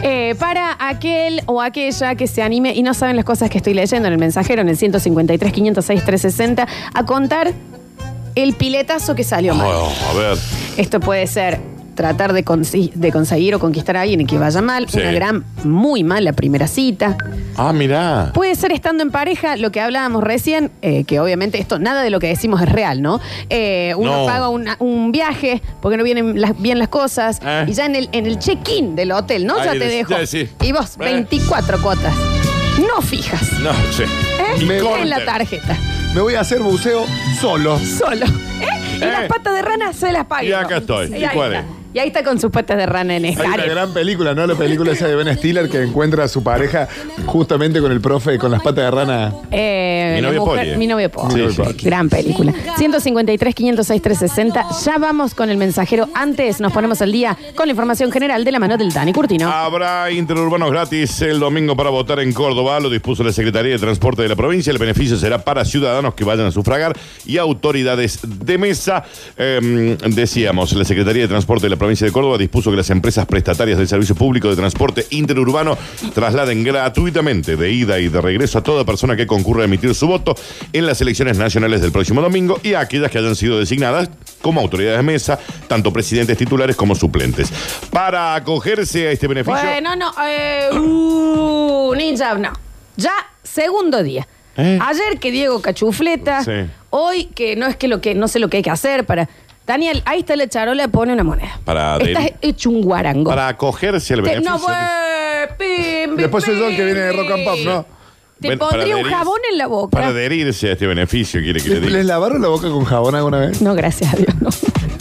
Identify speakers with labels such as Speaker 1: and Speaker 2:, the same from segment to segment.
Speaker 1: Eh, para aquel o aquella que se anime y no saben las cosas que estoy leyendo en el mensajero, en el 153, 506, 360, a contar el piletazo que salió mal.
Speaker 2: Oh, a ver.
Speaker 1: Esto puede ser tratar de, consi- de conseguir o conquistar a alguien y que vaya mal,
Speaker 2: Sí.
Speaker 1: una gran, muy mala primera cita.
Speaker 2: Ah, mirá.
Speaker 1: Puede ser estando en pareja, lo que hablábamos recién, eh, que obviamente esto, nada de lo que decimos es real, ¿no? Eh, uno
Speaker 2: No.
Speaker 1: paga una- un viaje porque no vienen las- bien las cosas
Speaker 2: Eh.
Speaker 1: y ya en el, en el check-in del hotel, ¿no?
Speaker 2: Ahí
Speaker 1: ya te
Speaker 2: de-
Speaker 1: dejo.
Speaker 2: ya sí.
Speaker 1: Y vos,
Speaker 2: Eh.
Speaker 1: 24 cuotas. No fijas.
Speaker 2: No, sí.
Speaker 1: ¿eh?
Speaker 2: Me-
Speaker 1: En la tarjeta.
Speaker 3: Me voy a hacer buceo solo.
Speaker 1: Solo. ¿eh? Y
Speaker 2: Eh.
Speaker 1: las patas de rana se las pago.
Speaker 2: Y acá estoy.
Speaker 1: Y
Speaker 2: ¿Y
Speaker 1: ahí,
Speaker 2: cuál
Speaker 1: está. Y ahí está con sus patas de rana en
Speaker 3: Hay una
Speaker 1: escare.
Speaker 3: gran película, ¿no? La película esa de Ben Stiller que encuentra a su pareja justamente con el profe, con las patas de rana.
Speaker 1: Eh,
Speaker 2: Mi
Speaker 1: la
Speaker 2: novia
Speaker 1: mujer-
Speaker 2: Polly, eh.
Speaker 1: Mi novia Polly.
Speaker 3: Mi novia
Speaker 1: Sí,
Speaker 3: Polly.
Speaker 1: sí. Gran película. 153, 506, 360. Ya vamos con el mensajero. Antes nos ponemos al día con la información general de la mano del Dani Curtino.
Speaker 2: Habrá interurbanos gratis el domingo para votar en Córdoba, lo dispuso la Secretaría de Transporte de la provincia. El beneficio será para ciudadanos que vayan a sufragar y autoridades de mesa. Eh, decíamos, la Secretaría de Transporte de la provincia de Córdoba dispuso que las empresas prestatarias del servicio público de transporte interurbano trasladen gratuitamente de ida y de regreso a toda persona que concurra a emitir su voto en las elecciones nacionales del próximo domingo y a aquellas que hayan sido designadas como autoridades de mesa, tanto presidentes titulares como suplentes. Para acogerse a este beneficio,
Speaker 1: Bueno, no. Eh, uh, ninja, no. Ya, segundo día.
Speaker 2: Eh.
Speaker 1: Ayer que Diego cachufleta.
Speaker 2: Sí.
Speaker 1: Hoy que no es que lo que no sé lo que hay que hacer para. Daniel, ahí está la charola, pone una moneda.
Speaker 2: Para Ah, del-
Speaker 1: Estás hecho un guarango.
Speaker 2: para acogerse al
Speaker 1: Te-
Speaker 2: beneficio.
Speaker 1: no, pues, pim, pim,
Speaker 3: Después soy yo el que viene de
Speaker 1: pim.
Speaker 3: Rock and Pop, ¿no?
Speaker 1: Te
Speaker 2: Bueno, para
Speaker 1: pondría un
Speaker 2: adherirse-
Speaker 1: jabón en la boca.
Speaker 2: Para adherirse a este beneficio, quiere que le
Speaker 3: ¿Les, les
Speaker 2: diga.
Speaker 3: lavaron la boca con jabón alguna vez?
Speaker 1: No, gracias a Dios. no.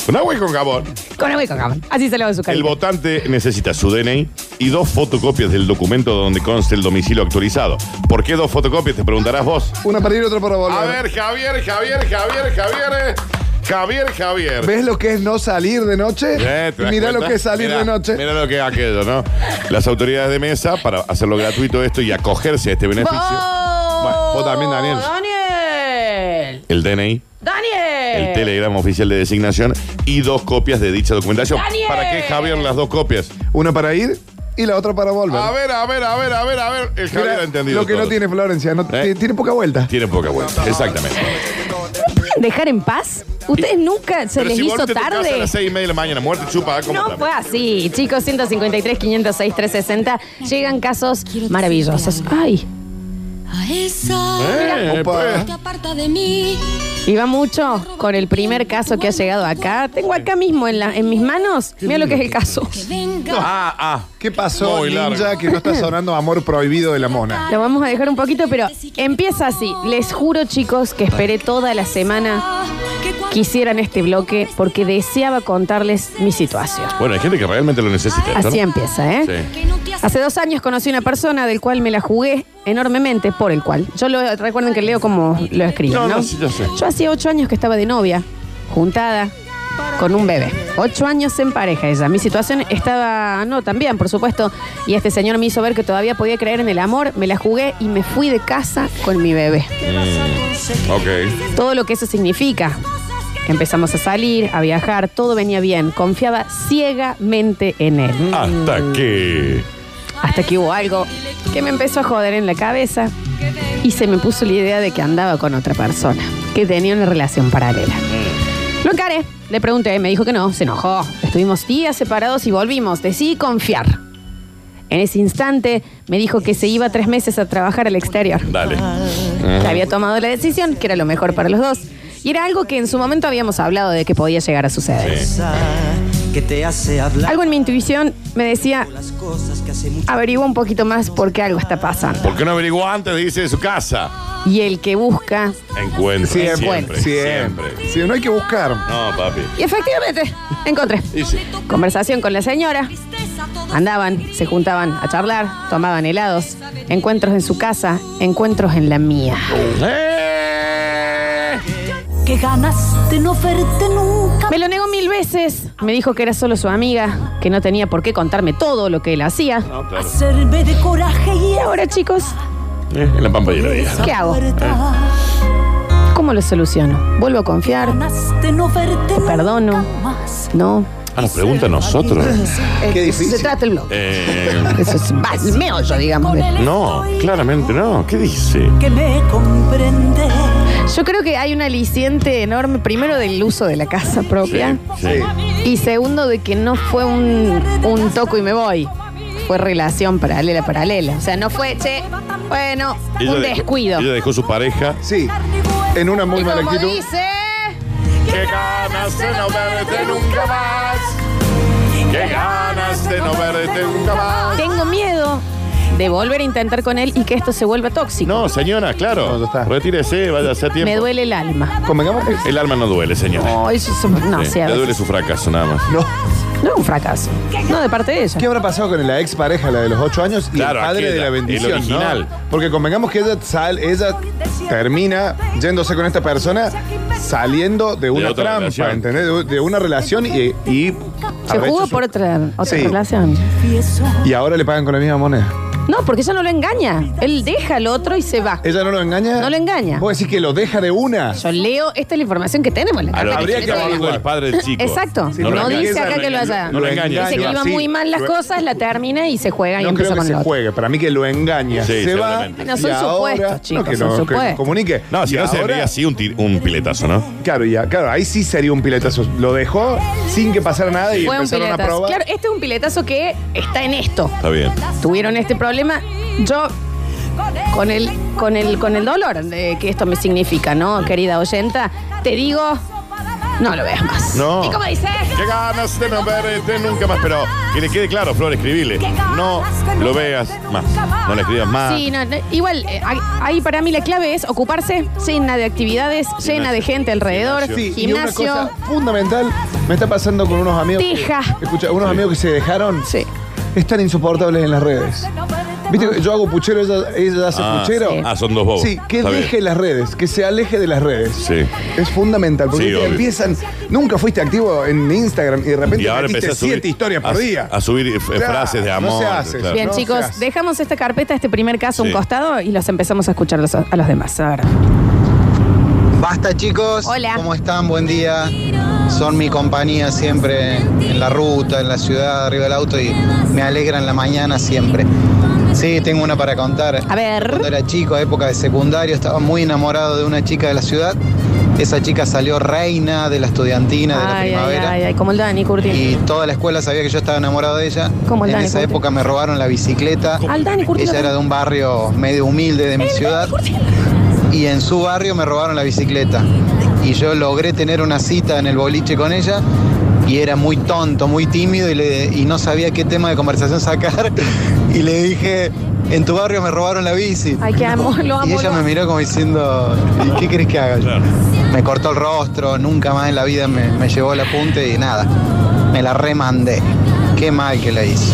Speaker 2: Con agua y con jabón.
Speaker 1: Con agua y con jabón. Así se lava su cara.
Speaker 2: El votante necesita su DNI y dos fotocopias del documento donde conste el domicilio actualizado. ¿Por qué dos fotocopias? Te preguntarás vos.
Speaker 3: Una para ir, otra para volver.
Speaker 2: A ver, Javier, Javier, Javier, Javier. eh. Javier, Javier.
Speaker 3: ¿Ves lo que es no salir de noche?
Speaker 2: Eh, ¿te das
Speaker 3: Mirá lo
Speaker 2: cuenta?
Speaker 3: que es salir
Speaker 2: Mirá,
Speaker 3: de noche.
Speaker 2: Mirá lo que es aquello, ¿no? Las autoridades de mesa, para hacerlo gratuito esto y acogerse a este beneficio,
Speaker 1: Oh. Bueno,
Speaker 3: vos también, Daniel.
Speaker 1: Daniel.
Speaker 2: el DNI,
Speaker 1: Daniel.
Speaker 2: el telegrama oficial de designación y dos copias de dicha documentación.
Speaker 1: Daniel.
Speaker 2: ¿Para qué, Javier, las dos copias?
Speaker 3: Una para ir y la otra para volver.
Speaker 2: A ver, a ver, a ver, a ver, a ver. El Javier
Speaker 3: Mirá
Speaker 2: ha entendido
Speaker 3: lo que
Speaker 2: todo.
Speaker 3: no tiene Florencia, no-
Speaker 2: Eh.
Speaker 3: ti- tiene poca vuelta.
Speaker 2: Tiene poca vuelta, exactamente.
Speaker 1: ¿Dejar en paz? ¿Ustedes nunca se
Speaker 2: Pero
Speaker 1: les
Speaker 2: si
Speaker 1: hizo
Speaker 2: volviste a tu casa a
Speaker 1: tarde?
Speaker 2: las seis y media de la mañana, muerte chupa, ¿cómo
Speaker 1: No
Speaker 2: está?
Speaker 1: fue así, chicos. 153, 506, 360. Llegan casos maravillosos. Ay,
Speaker 4: A esa
Speaker 2: Eh,
Speaker 3: Opa.
Speaker 2: pues.
Speaker 4: te aparta de mí.
Speaker 1: iba mucho con el primer caso que ha llegado acá. Tengo acá mismo en, la, en mis manos. Mira lo que es el caso.
Speaker 4: Que venga.
Speaker 2: Ah, ah.
Speaker 3: ¿Qué pasó,
Speaker 2: Muy
Speaker 3: ninja,
Speaker 2: largo.
Speaker 3: que no está sonando amor prohibido de la mona?
Speaker 1: Lo vamos a dejar un poquito, pero empieza así. Les juro, chicos, que esperé toda la semana
Speaker 4: que cuando
Speaker 1: que hicieran este bloque porque deseaba contarles mi situación.
Speaker 2: Bueno, hay gente que realmente lo necesita. ¿no?
Speaker 1: Así empieza, ¿eh?
Speaker 2: Sí.
Speaker 4: que no te hace
Speaker 1: Hace dos años conocí una persona del cual me la jugué enormemente, por el cual. Yo lo recuerden que leo como lo escribo, ¿no?
Speaker 2: No, no, sí, yo sé.
Speaker 1: Yo hacía ocho años que estaba de novia, juntada, con un bebé. Ocho años en pareja ella. Mi situación estaba, no, también, por supuesto. Y este señor me hizo ver que todavía podía creer en el amor, me la jugué y me fui de casa con mi bebé.
Speaker 2: Mm. Ok.
Speaker 1: Todo lo que eso significa. Empezamos a salir, a viajar, todo venía bien. Confiaba ciegamente en él.
Speaker 2: Hasta que.
Speaker 1: Hasta que hubo algo que me empezó a joder en la cabeza y se me puso la idea de que andaba con otra persona, que tenía una relación paralela. Lo encaré, le pregunté, me dijo que no, se enojó. Estuvimos días separados y volvimos, decidí confiar. En ese instante me dijo que se iba tres meses a trabajar al exterior.
Speaker 2: Dale.
Speaker 1: Que había tomado la decisión, que era lo mejor para los dos. Y era algo que en su momento habíamos hablado de que podía llegar a suceder.
Speaker 5: que te hace hablar
Speaker 1: Algo en mi intuición me decía,
Speaker 5: las cosas que hace mucho
Speaker 1: averigua un poquito más por qué algo está pasando.
Speaker 2: ¿Por qué no averiguó antes de irse de su casa?
Speaker 1: Y el que busca.
Speaker 2: Encuentro. Siempre.
Speaker 3: Siempre,
Speaker 2: Siempre.
Speaker 3: siempre. Sí, no hay que buscar.
Speaker 2: No, papi.
Speaker 1: Y efectivamente, encontré.
Speaker 2: Y sí.
Speaker 1: Conversación con la señora.
Speaker 4: tristeza todo.
Speaker 1: Andaban, se juntaban a charlar, tomaban helados. Encuentros en su casa, encuentros en la mía.
Speaker 2: ¡Eh!
Speaker 6: Que ganas de no verte nunca.
Speaker 1: Me lo negó mil veces. Me dijo que era solo su amiga, que no tenía por qué contarme todo lo que él hacía.
Speaker 2: No, Ah, claro.
Speaker 6: Hacerme de coraje y
Speaker 1: Y ahora, chicos,
Speaker 2: Eh, en la pampa y la vida.
Speaker 1: ¿qué hago?
Speaker 6: puerta.
Speaker 1: ¿Cómo lo soluciono? ¿Vuelvo a confiar?
Speaker 6: Ganas de no verte
Speaker 1: perdono.
Speaker 6: nunca más.
Speaker 1: No.
Speaker 2: Ah, nos pregunta a nosotros.
Speaker 1: Eh,
Speaker 3: Qué
Speaker 1: Se
Speaker 3: difícil.
Speaker 1: trata el blog.
Speaker 2: Eh,
Speaker 1: Eso es va- el meollo, digamos. de-
Speaker 2: no, claramente no. ¿Qué dice?
Speaker 6: que me comprende.
Speaker 1: Yo creo que hay un aliciente enorme, primero del uso de la casa propia
Speaker 2: Sí.
Speaker 1: y segundo de que no fue un, un toco y me voy. Fue relación paralela, paralela. O sea, no fue, che, bueno,
Speaker 2: Ella
Speaker 1: un
Speaker 2: dejó-
Speaker 1: descuido.
Speaker 2: Ella dejó su pareja.
Speaker 3: Sí, en una muy
Speaker 1: Y
Speaker 3: mala
Speaker 1: como
Speaker 3: actitud.
Speaker 1: dice,
Speaker 2: Qué ganas de no verte nunca más. Qué ganas de no verte nunca más.
Speaker 1: tengo miedo de volver a intentar con él y que esto se vuelva tóxico.
Speaker 2: No, señora, claro.
Speaker 3: No, ya está.
Speaker 2: Retírese, vaya a tiempo.
Speaker 1: me duele el alma.
Speaker 3: Convengamos que.
Speaker 2: El alma no duele, señora.
Speaker 1: No, eso es un- no,
Speaker 2: Sí,
Speaker 1: sí, a
Speaker 2: le duele
Speaker 1: veces-
Speaker 2: su fracaso nada más.
Speaker 3: No.
Speaker 1: no es un fracaso. No, de parte de ella.
Speaker 3: ¿Qué habrá pasado con la ex pareja, la de los ocho años, y
Speaker 2: Claro,
Speaker 3: el padre
Speaker 2: aquella,
Speaker 3: de la bendición?
Speaker 2: el original.
Speaker 3: ¿no? Porque convengamos que ella, sal, ella termina yéndose con esta persona saliendo de una
Speaker 2: otra
Speaker 3: trampa,
Speaker 2: relación.
Speaker 3: ¿entendés? De, de una relación y. y
Speaker 1: Se
Speaker 3: habrá
Speaker 1: jugó
Speaker 3: hecho su-
Speaker 1: por otra, otra
Speaker 3: Sí.
Speaker 1: relación.
Speaker 6: Confieso,
Speaker 3: Y ahora le pagan con la misma moneda.
Speaker 1: No, porque ella no lo engaña. Él deja al otro y se va.
Speaker 3: ¿Ella no lo engaña?
Speaker 1: No lo engaña.
Speaker 3: ¿Vos decís que lo deja de una?
Speaker 1: Yo leo, esta es la información que tenemos. La
Speaker 2: A lo
Speaker 1: carta
Speaker 2: habría que
Speaker 1: yo
Speaker 2: hablar
Speaker 1: tengo.
Speaker 2: con el padre del chico.
Speaker 1: Exacto.
Speaker 3: Sí,
Speaker 1: no
Speaker 3: lo engaña.
Speaker 1: dice
Speaker 3: Esa
Speaker 1: acá que lo haya.
Speaker 2: No lo engaña.
Speaker 1: dice que
Speaker 3: lo
Speaker 1: iba
Speaker 3: así.
Speaker 1: muy mal las
Speaker 3: Lo-
Speaker 1: cosas, la termina y se juega y
Speaker 3: No creo
Speaker 1: empieza
Speaker 3: que
Speaker 1: con
Speaker 3: se
Speaker 1: el otro.
Speaker 3: juegue, para mí que lo engaña.
Speaker 2: Sí,
Speaker 3: se va.
Speaker 2: seguramente.
Speaker 1: No, son
Speaker 3: y ahora-
Speaker 1: supuestos, chicos,
Speaker 3: que
Speaker 1: son
Speaker 3: no, que
Speaker 1: supuestos.
Speaker 3: comunique.
Speaker 2: No, si
Speaker 3: Y
Speaker 2: no se
Speaker 3: ahora-
Speaker 2: vería así un, tir- un piletazo, ¿no?
Speaker 3: Claro, ya, claro, ahí sí sería un piletazo. Lo dejó sin que pasara nada y
Speaker 1: Fue un
Speaker 3: empezaron a
Speaker 1: piletazo.
Speaker 3: probar.
Speaker 1: Claro, este es un piletazo que está en esto.
Speaker 2: Está bien.
Speaker 1: Tuvieron este problema. Yo. Con el, con el, con el dolor de que esto me significa, ¿no? Querida oyenta, te digo, no lo veas más.
Speaker 2: No.
Speaker 1: ¿Y cómo dices?
Speaker 2: Qué ganas de no verte nunca más. Pero que le quede claro, Flor, escribile. No lo veas más. No le escribas más.
Speaker 1: Sí, no, no, igual, eh, ahí- ahí para mí la clave es ocuparse llena de actividades, llena de gente alrededor,
Speaker 3: Sí, y una
Speaker 1: gimnasio.
Speaker 3: cosa fundamental me está pasando con unos amigos. que-
Speaker 1: Teja.
Speaker 3: escucha, unos
Speaker 2: Sí.
Speaker 3: amigos que se dejaron.
Speaker 1: Sí.
Speaker 3: Están insoportables en las redes. Viste, que yo hago puchero, ella, ella hace
Speaker 2: Ah,
Speaker 3: puchero.
Speaker 2: sí. Ah, son dos bobos.
Speaker 3: Sí, que
Speaker 2: Está bien.
Speaker 3: deje las redes, que se aleje de las redes.
Speaker 2: Sí.
Speaker 3: Es fundamental, porque
Speaker 2: Sí,
Speaker 3: te
Speaker 2: obvio.
Speaker 3: empiezan. Nunca fuiste activo en Instagram y de repente
Speaker 2: Y ahora
Speaker 3: metiste
Speaker 2: empecé a subir.
Speaker 3: siete historias por
Speaker 2: a-
Speaker 3: día.
Speaker 2: A subir eh,
Speaker 3: Claro,
Speaker 2: frases de
Speaker 3: no
Speaker 2: amor.
Speaker 3: se hace.
Speaker 2: claro.
Speaker 1: Bien,
Speaker 3: No
Speaker 1: chicos,
Speaker 3: seas-
Speaker 1: dejamos esta carpeta, este primer caso, a
Speaker 2: Sí.
Speaker 1: un costado y los empezamos a escuchar los- a los demás. A ver.
Speaker 7: Basta chicos,
Speaker 1: Hola.
Speaker 7: ¿cómo están? Buen día. Son mi compañía siempre en la ruta, en la ciudad, arriba del auto y me alegran la mañana siempre. Sí, tengo una para contar.
Speaker 1: A ver.
Speaker 7: Cuando era chico, época de secundario, estaba muy enamorado de una chica de la ciudad. Esa chica salió reina de la estudiantina, de la
Speaker 1: Ay, ay,
Speaker 7: primavera.
Speaker 1: ay, ay, como el Dani Curtin.
Speaker 7: Y toda la escuela sabía que yo estaba enamorado de ella.
Speaker 1: Como el
Speaker 7: en
Speaker 1: Dani
Speaker 7: esa
Speaker 1: Curtin.
Speaker 7: época me robaron la bicicleta.
Speaker 1: Al Dani Curtin.
Speaker 7: Ella era de un barrio medio humilde de mi ciudad y en su barrio me robaron la bicicleta. Y yo logré tener una cita en el boliche con ella y era muy tonto, muy tímido y, le- y no sabía qué tema de conversación sacar. Y le dije, en tu barrio me robaron la bici.
Speaker 1: Ay, que amo, lo
Speaker 7: Y
Speaker 1: amo.
Speaker 7: ella
Speaker 1: lo
Speaker 7: me
Speaker 1: amo.
Speaker 7: miró como diciendo, ¿y qué crees que haga?
Speaker 2: Claro.
Speaker 7: Me cortó el rostro, nunca más en la vida me, me llevó la punta y nada. Me la remandé. Qué mal que la hice.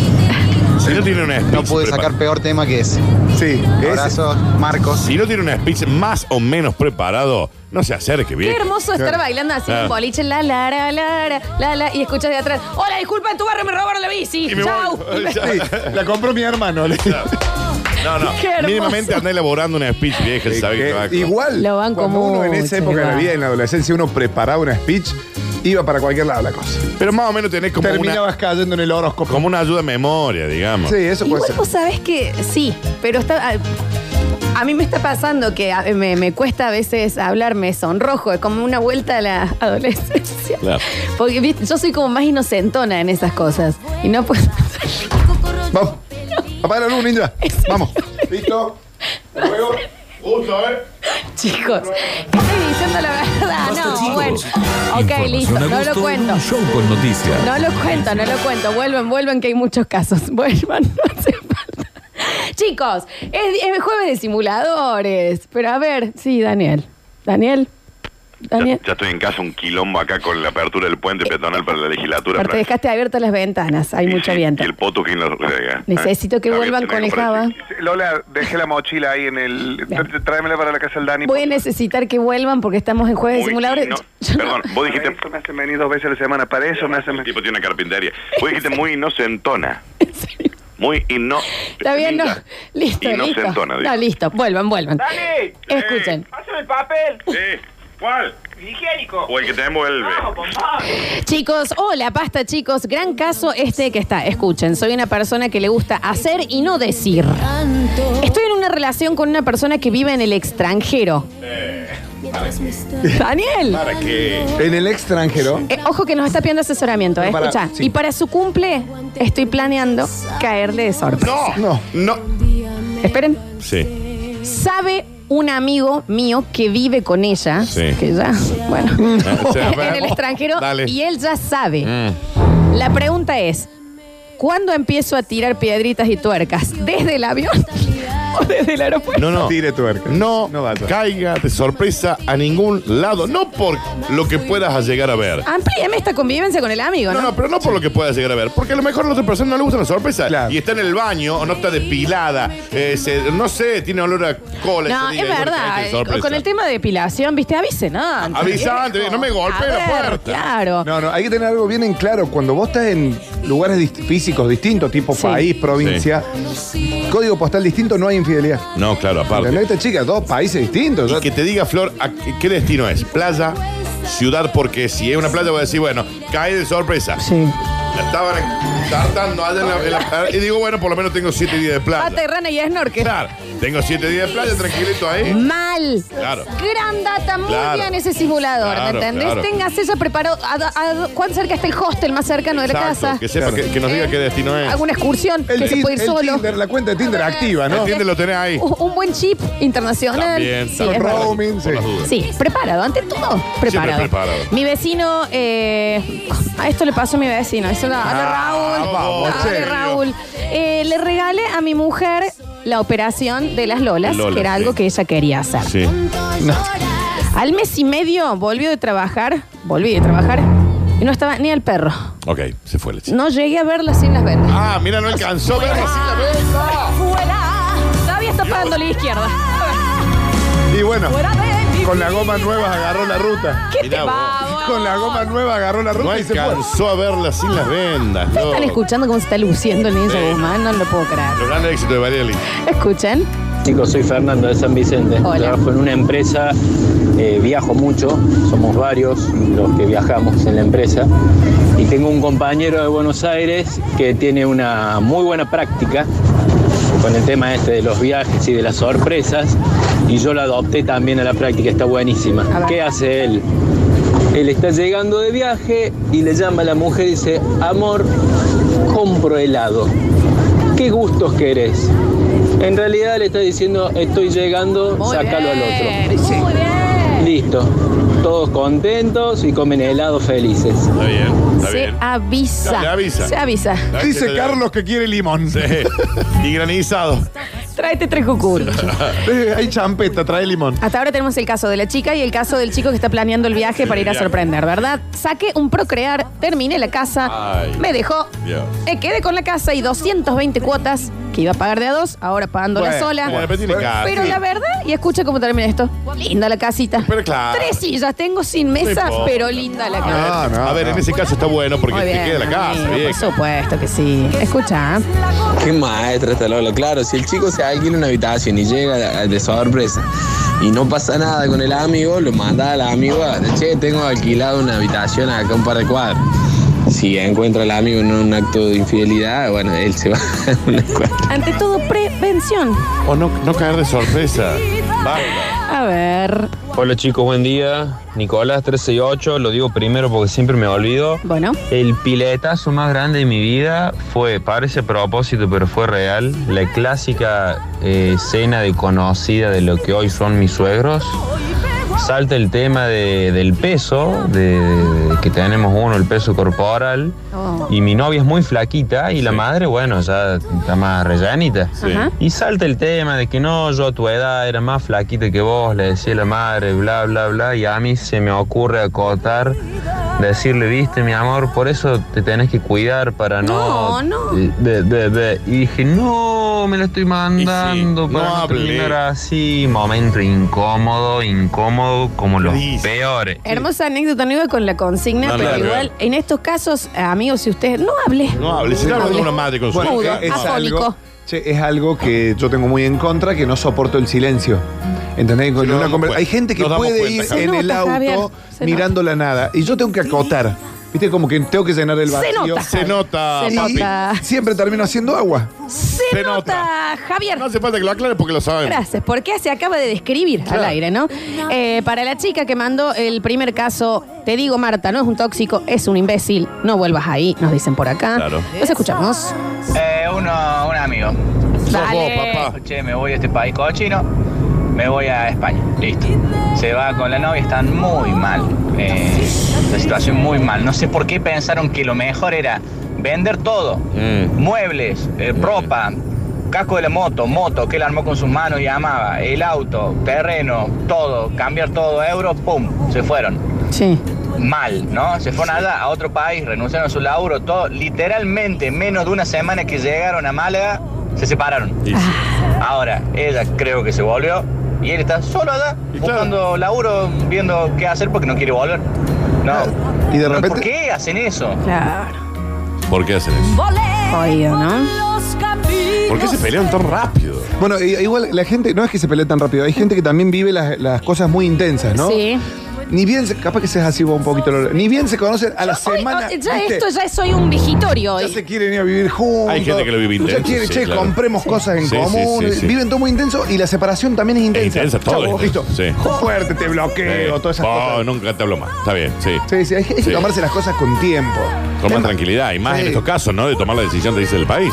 Speaker 2: Si no tiene una
Speaker 7: No pude sacar peor tema que ese.
Speaker 3: Sí, es,
Speaker 7: Abrazos, Marcos.
Speaker 2: Si no tiene un speech más o menos preparado, no se acerque,
Speaker 1: Qué
Speaker 2: bien.
Speaker 1: hermoso estar bailando así en
Speaker 2: Claro. Ah.
Speaker 1: un boliche, la, la, la, la, la, la, y escuchas de atrás, hola, disculpa, en tu barrio me robaron la bici,
Speaker 2: Y me
Speaker 1: chau.
Speaker 2: voy.
Speaker 3: sí, la compró mi hermano. le-
Speaker 2: No, no.
Speaker 1: Qué hermoso.
Speaker 2: Mínimamente anda elaborando una speech vieja, se sabe que
Speaker 3: Eh,
Speaker 2: va a-
Speaker 3: igual,
Speaker 1: Lo banco
Speaker 3: cuando uno en
Speaker 1: mucho,
Speaker 3: esa época de la
Speaker 1: igual.
Speaker 3: vida, en la adolescencia, uno preparaba una speech, iba para cualquier lado la cosa.
Speaker 2: Pero más o menos tenés como una,
Speaker 3: Terminabas cayendo en el horóscopo.
Speaker 2: como una ayuda a memoria, digamos.
Speaker 3: Sí, eso puede
Speaker 1: Igual
Speaker 3: ser.
Speaker 1: vos sabés que sí, pero está. A, a mí me está pasando que a- me, me cuesta a veces hablar, me sonrojo, es como una vuelta a la adolescencia.
Speaker 2: Claro.
Speaker 1: Porque ¿viste? yo soy como más inocentona en esas cosas. Y no puedo.
Speaker 3: Vamos. Apaga la luz, ninja. Vamos. ¿Listo? Luego.
Speaker 2: Justo, ¿eh?
Speaker 1: Chicos, estoy diciendo la verdad. No, bueno. Ok,
Speaker 8: Información
Speaker 1: listo,
Speaker 8: a
Speaker 1: no lo
Speaker 8: gusto en
Speaker 1: cuento.
Speaker 8: un show con noticias.
Speaker 1: No lo cuento, no lo cuento. Vuelven, vuelven, que hay muchos casos. Vuelvan, no hace falta. Chicos, es, es jueves de simuladores. Pero a ver, sí, Daniel. Daniel. Daniel.
Speaker 9: Ya, ya estoy en casa, un quilombo acá con la apertura del
Speaker 1: Eh,
Speaker 9: puente peatonal para la legislatura.
Speaker 1: Pero te
Speaker 9: Francisco.
Speaker 1: dejaste abiertas las ventanas. Hay
Speaker 9: Y
Speaker 1: mucho
Speaker 9: sí,
Speaker 1: viento.
Speaker 9: Y el poto que eh, lo rega.
Speaker 1: Necesito que
Speaker 9: Ah,
Speaker 1: vuelvan
Speaker 9: bien,
Speaker 1: con el
Speaker 9: tenés que
Speaker 1: Java.
Speaker 10: Lola, dejé la mochila ahí en el.
Speaker 1: Bien.
Speaker 10: Tr- Tráemela para la casa del Dani.
Speaker 1: Voy a necesitar que vuelvan porque estamos en jueves de
Speaker 9: Muy-
Speaker 1: simuladores.
Speaker 9: no,
Speaker 1: Yo no-
Speaker 9: perdón, vos
Speaker 10: Para
Speaker 9: dijiste.
Speaker 10: eso me hacen venir dos veces a la semana. Para eso me hacen
Speaker 9: El
Speaker 10: venir.
Speaker 9: tipo tiene una carpintería. Vos dijiste muy inocentona. Muy ino.
Speaker 1: Está bien, no.
Speaker 9: linda.
Speaker 1: Listo, listo.
Speaker 9: Inocentona,
Speaker 1: No,
Speaker 9: dijo.
Speaker 1: listo. Vuelvan, vuelvan. Escuchen.
Speaker 9: Sí. ¿Cuál?
Speaker 8: higiénico.
Speaker 9: O el que te envuelve.
Speaker 8: No, por favor.
Speaker 1: Chicos, hola, pasta, chicos. Gran caso este que está. Escuchen, soy una persona que le gusta hacer y no decir. Estoy en una relación con una persona que vive en el extranjero. Daniel.
Speaker 2: ¿Para qué?
Speaker 3: En el extranjero.
Speaker 1: Eh, ojo que nos está pidiendo asesoramiento, ¿eh?
Speaker 3: Pero para-
Speaker 1: Escucha.
Speaker 3: sí.
Speaker 1: Y para su cumple, estoy planeando caerle de sorpresa.
Speaker 2: No, no,
Speaker 3: No.
Speaker 2: no.
Speaker 1: Esperen.
Speaker 2: Sí.
Speaker 1: Sabe un amigo mío que vive con ella,
Speaker 2: Sí.
Speaker 1: que ya, bueno,
Speaker 2: Ah, O sea,
Speaker 1: en el
Speaker 2: vamos.
Speaker 1: extranjero,
Speaker 2: Dale.
Speaker 1: y él ya sabe.
Speaker 2: Mm.
Speaker 1: La pregunta es, ¿cuándo empiezo a tirar piedritas y tuercas? ¿Desde el avión o desde el aeropuerto?
Speaker 2: No, no.
Speaker 3: Tire tuerca.
Speaker 2: No,
Speaker 3: No vaya.
Speaker 2: caiga de sorpresa a ningún lado. No por lo que puedas llegar a ver.
Speaker 1: Amplíeme esta convivencia con el amigo,
Speaker 2: No,
Speaker 1: ¿no?
Speaker 2: no, pero no por lo que puedas llegar a ver. Porque a lo mejor a la otra persona no le gusta la sorpresa.
Speaker 3: Claro.
Speaker 2: Y está en el baño, o no está depilada. eh, se- no sé, tiene olor a cola.
Speaker 1: No,
Speaker 2: ese
Speaker 1: es
Speaker 2: día, y bueno,
Speaker 1: verdad. eh,
Speaker 2: caíste de eh, este sorpresa.
Speaker 1: Con el tema de depilación, viste, avisen antes.
Speaker 2: Avisa antes,
Speaker 1: viejo.
Speaker 2: no me golpee
Speaker 1: A
Speaker 2: la
Speaker 1: ver,
Speaker 2: puerta.
Speaker 1: Claro.
Speaker 3: No, no, hay que tener algo bien en claro. Cuando vos estás en lugares dist- físicos distintos, tipo
Speaker 1: Sí.
Speaker 3: país, provincia, código postal distinto, no hay infidelidad.
Speaker 2: No, claro,
Speaker 3: ¿Entendés?
Speaker 2: aparte.
Speaker 3: Esta chica, dos países distintos.
Speaker 2: Y que te diga, Flor, a qué- qué destino es. Playa, ciudad, porque si es una playa voy a decir, bueno, cae de sorpresa.
Speaker 1: Sí.
Speaker 2: La estaban tartando allá en la, en la- Y digo, bueno, por lo menos tengo siete días de
Speaker 1: Pata y
Speaker 2: playa.
Speaker 1: rana y snorkel.
Speaker 2: Claro, tengo siete días de playa, tranquilito ahí.
Speaker 1: Mal.
Speaker 2: Claro.
Speaker 1: Gran data, muy
Speaker 2: Claro.
Speaker 1: bien ese simulador,
Speaker 2: Claro,
Speaker 1: ¿me entendés?
Speaker 2: claro.
Speaker 1: Tengas eso preparado. A, a- a- ¿Cuán cerca está el hostel más cercano de la
Speaker 2: Exacto,
Speaker 1: casa?
Speaker 2: Que sepa,
Speaker 3: Claro.
Speaker 2: que, que nos diga
Speaker 1: Eh,
Speaker 2: qué destino es.
Speaker 1: Alguna excursión
Speaker 3: El,
Speaker 1: que se
Speaker 3: Tin-
Speaker 1: puede ir
Speaker 3: el
Speaker 1: solo.
Speaker 3: Tinder, la cuenta de Tinder activa, ¿no?
Speaker 2: Entiende, lo tenés ahí.
Speaker 1: Un, un buen chip internacional.
Speaker 2: También,
Speaker 1: sí,
Speaker 2: también.
Speaker 1: es verdad.
Speaker 3: Roaming, sí.
Speaker 2: Por las dudas.
Speaker 1: Sí, preparado, ante todo, preparado.
Speaker 2: preparado.
Speaker 1: Mi vecino, eh, a esto le pasó a mi vecino, es una, dale, Raúl,
Speaker 2: Ah, vamos,
Speaker 1: dale,
Speaker 2: serio.
Speaker 1: Raúl. Eh, le regalé a mi mujer la operación de las lolas,
Speaker 2: Lolas,
Speaker 1: que era
Speaker 2: sí.
Speaker 1: algo que ella quería hacer.
Speaker 2: Sí.
Speaker 1: Al mes y medio volvió de trabajar, volví de trabajar, y no estaba ni el perro.
Speaker 2: Ok, se fue la chica.
Speaker 1: No llegué a verla sin las vendas.
Speaker 2: Ah, mira, no alcanzó. verga, sí, la ve.
Speaker 1: Todavía está parando la izquierda.
Speaker 3: Y bueno, con la goma nueva agarró la ruta.
Speaker 1: ¿Qué
Speaker 2: Mirá
Speaker 1: te va,
Speaker 2: Ah, vos.
Speaker 1: vos?
Speaker 3: Con la goma nueva agarró la ruta
Speaker 2: No
Speaker 3: y se fue.
Speaker 2: alcanzó a verla sin las vendas.
Speaker 1: ¿Ustedes están
Speaker 2: loco.
Speaker 1: escuchando cómo se está luciendo el niño
Speaker 2: Sí.
Speaker 1: Guzmán? No lo puedo creer.
Speaker 2: Los grandes éxitos de Varelli.
Speaker 1: Escuchen.
Speaker 11: Chicos, soy Fernando de San Vicente.
Speaker 1: Hola.
Speaker 11: Trabajo en una empresa, eh, viajo mucho, somos varios los que viajamos en la empresa. Y tengo un compañero de Buenos Aires que tiene una muy buena práctica con el tema este de los viajes y de las sorpresas. Y yo lo adopté también a la práctica, está buenísima.
Speaker 1: ver.
Speaker 11: ¿Qué hace él? Él está llegando de viaje y le llama a la mujer y dice, amor, compro helado. ¿Qué gustos querés? En realidad le está diciendo, estoy llegando,
Speaker 1: Muy
Speaker 11: sacalo al
Speaker 1: bien,
Speaker 11: otro.
Speaker 1: Muy bien.
Speaker 11: Listo. Todos contentos y comen helado felices.
Speaker 2: Está bien, está
Speaker 1: Se
Speaker 2: bien.
Speaker 1: avisa.
Speaker 2: Se avisa.
Speaker 1: Se avisa.
Speaker 2: La gente
Speaker 3: Dice
Speaker 2: está-
Speaker 3: Carlos que quiere limón.
Speaker 2: Sí. Y granizado.
Speaker 1: Tráete tres cucuros.
Speaker 3: Eh, Hay champeta, trae limón.
Speaker 1: Hasta ahora tenemos el caso de la chica y el caso del chico que está planeando el viaje para ir a
Speaker 2: viaje.
Speaker 1: sorprender, ¿verdad? Saqué un procrear, terminé la casa,
Speaker 2: Ay.
Speaker 1: me dejó,
Speaker 2: Dios.
Speaker 1: me quedé con la casa y 220 cuotas que iba a pagar de a dos, ahora pagándola
Speaker 3: Bueno,
Speaker 1: sola.
Speaker 2: Bueno, pero tiene
Speaker 3: Pero-
Speaker 2: cara.
Speaker 1: Pero la verdad, y escucha cómo termina esto. Linda la casita.
Speaker 2: Pero claro.
Speaker 1: Tres sillas tengo sin mesa,
Speaker 2: Ah. importa.
Speaker 1: pero linda la casa.
Speaker 3: No, no,
Speaker 2: a ver,
Speaker 3: no.
Speaker 2: en ese caso está bueno porque
Speaker 1: Muy
Speaker 2: te
Speaker 1: bien,
Speaker 2: queda la casa,
Speaker 1: amigo, Por
Speaker 2: vieja.
Speaker 1: supuesto que sí. Escucha. ¿eh?
Speaker 11: Qué maestra está Lola. Claro, si el chico se alquila una habitación y llega de sorpresa y no pasa nada con el amigo, lo manda al amigo a che, tengo alquilado una habitación acá un par de cuadros. Si encuentra al amigo en un acto de infidelidad, bueno, él se va a una cuadra.
Speaker 1: Ante todo, prevención.
Speaker 2: O no, no caer de sorpresa. Bárbaro.
Speaker 1: A ver.
Speaker 11: Hola chicos, buen día. Nicolás 368, lo digo primero porque siempre me olvido.
Speaker 1: Bueno.
Speaker 11: El piletazo más grande de mi vida fue, parece a propósito, pero fue real, la clásica eh, cena de conocida de lo que hoy son mis suegros. Salta el tema de- del peso, de, de que tenemos uno, el peso corporal.
Speaker 1: Oh.
Speaker 11: Y mi novia es muy flaquita y la madre, bueno, ya está más rellanita.
Speaker 2: Sí.
Speaker 1: Ajá.
Speaker 11: Y salta el tema de que no, yo a tu edad era más flaquita que vos, le decía la madre, bla, bla, bla, y a mí se me ocurre acotar, decirle, viste, mi amor, por eso te tenés que cuidar para no...
Speaker 1: No, no.
Speaker 11: Ve, ve, ve". Y dije, no, me la estoy mandando
Speaker 2: no
Speaker 11: para no,
Speaker 2: hablé.
Speaker 11: terminar así. Momento incómodo, incómodo, como los
Speaker 2: Dice.
Speaker 11: peores.
Speaker 1: Hermosa anécdota, no iba con la consigna,
Speaker 2: No,
Speaker 1: pero
Speaker 2: claro.
Speaker 1: igual, en estos casos, eh, amigos, si ustedes no hable.
Speaker 2: No hable, si no habla de una madre con su
Speaker 3: Bueno,
Speaker 1: Mudo,
Speaker 2: hija.
Speaker 3: es
Speaker 1: afónico.
Speaker 3: algo, Che, es algo que yo tengo muy en contra, que no soporto el silencio. ¿Entendés? Con
Speaker 2: nos
Speaker 3: una
Speaker 2: damos
Speaker 3: conver-
Speaker 2: cuenta.
Speaker 3: Hay gente que
Speaker 2: Nos damos
Speaker 3: puede
Speaker 2: cuenta,
Speaker 3: ir
Speaker 2: Javier.
Speaker 3: en
Speaker 1: Se
Speaker 3: el
Speaker 1: nota,
Speaker 3: auto
Speaker 1: Javier, se
Speaker 3: mirando la nada. Y yo tengo que acotar. ¿Viste? Como que tengo que llenar el vacío.
Speaker 1: nota.
Speaker 2: Se nota,
Speaker 1: Se
Speaker 2: papi.
Speaker 1: nota.
Speaker 3: Siempre termino haciendo agua.
Speaker 1: Se,
Speaker 2: Se
Speaker 1: nota,
Speaker 2: nota.
Speaker 1: Javier.
Speaker 2: No hace falta que lo aclare porque lo sabemos.
Speaker 1: Gracias, porque se acaba de describir al aire, ¿no? Eh, para la chica que mandó el primer caso, te digo, Marta, no es un tóxico, es un imbécil, no vuelvas ahí, nos dicen por acá.
Speaker 2: Claro.
Speaker 1: Los escuchamos.
Speaker 11: Eh, uno, un amigo.
Speaker 2: Sos
Speaker 1: Dale.
Speaker 2: vos, papá.
Speaker 11: Che, me voy a este país cochino, me voy a España. Listo. Se va con la novia, están muy mal. Eh, la situación muy mal. No sé por qué pensaron que lo mejor era vender todo.
Speaker 2: Mm.
Speaker 11: Muebles, eh, ropa, casco de la moto, moto que él armó con sus manos y amaba, el auto, terreno, todo, cambiar todo, euros, pum, se fueron
Speaker 1: Sí.
Speaker 11: mal, ¿no? Se fueron allá a otro país, renunciaron a su laburo, todo. Literalmente, menos de una semana que llegaron a Málaga, se separaron.
Speaker 2: Y-
Speaker 11: Ahora, ella creo que se volvió y él está solo allá,
Speaker 2: Y claro.
Speaker 11: buscando laburo, viendo qué hacer porque no quiere volver. No.
Speaker 3: Y de
Speaker 11: No,
Speaker 3: repente.
Speaker 11: ¿Por qué hacen eso?
Speaker 1: Claro.
Speaker 2: ¿Por qué hacen eso?
Speaker 1: Oído, ¿no?
Speaker 2: ¿Por qué se pelean tan rápido?
Speaker 3: Bueno, i- igual la gente, no es que se pelee tan rápido, hay gente que también vive las, las cosas muy intensas, ¿no?
Speaker 1: Sí.
Speaker 3: Ni bien, se- capaz que seas así vos un poquito, Lola. ni bien se conocen a la
Speaker 1: Hoy,
Speaker 3: semana. este
Speaker 1: oh, ya
Speaker 3: ¿viste?
Speaker 1: esto ya soy un vigitorio
Speaker 3: Ya
Speaker 1: hoy.
Speaker 3: se quieren ir a vivir juntos.
Speaker 2: Hay gente que lo vive
Speaker 3: Ya
Speaker 2: intenso,
Speaker 3: quiere,
Speaker 2: sí,
Speaker 3: che,
Speaker 2: claro.
Speaker 3: compremos cosas en
Speaker 2: Sí, sí,
Speaker 3: común.
Speaker 2: sí, sí.
Speaker 3: Viven todo muy intenso y la separación también es intensa.
Speaker 2: intensa, todo
Speaker 3: Chau,
Speaker 2: es intenso,
Speaker 3: listo. Fuerte, te bloqueo,
Speaker 2: Eh,
Speaker 3: todas esas
Speaker 2: oh,
Speaker 3: cosas.
Speaker 2: nunca te hablo más. Está bien, sí.
Speaker 3: Sí, sí, hay hay que
Speaker 2: Sí.
Speaker 3: tomarse las cosas con tiempo.
Speaker 2: Con más
Speaker 3: Tema-
Speaker 2: tranquilidad. Y más en
Speaker 3: Sí.
Speaker 2: estos casos, ¿no? De tomar la decisión que dice el país.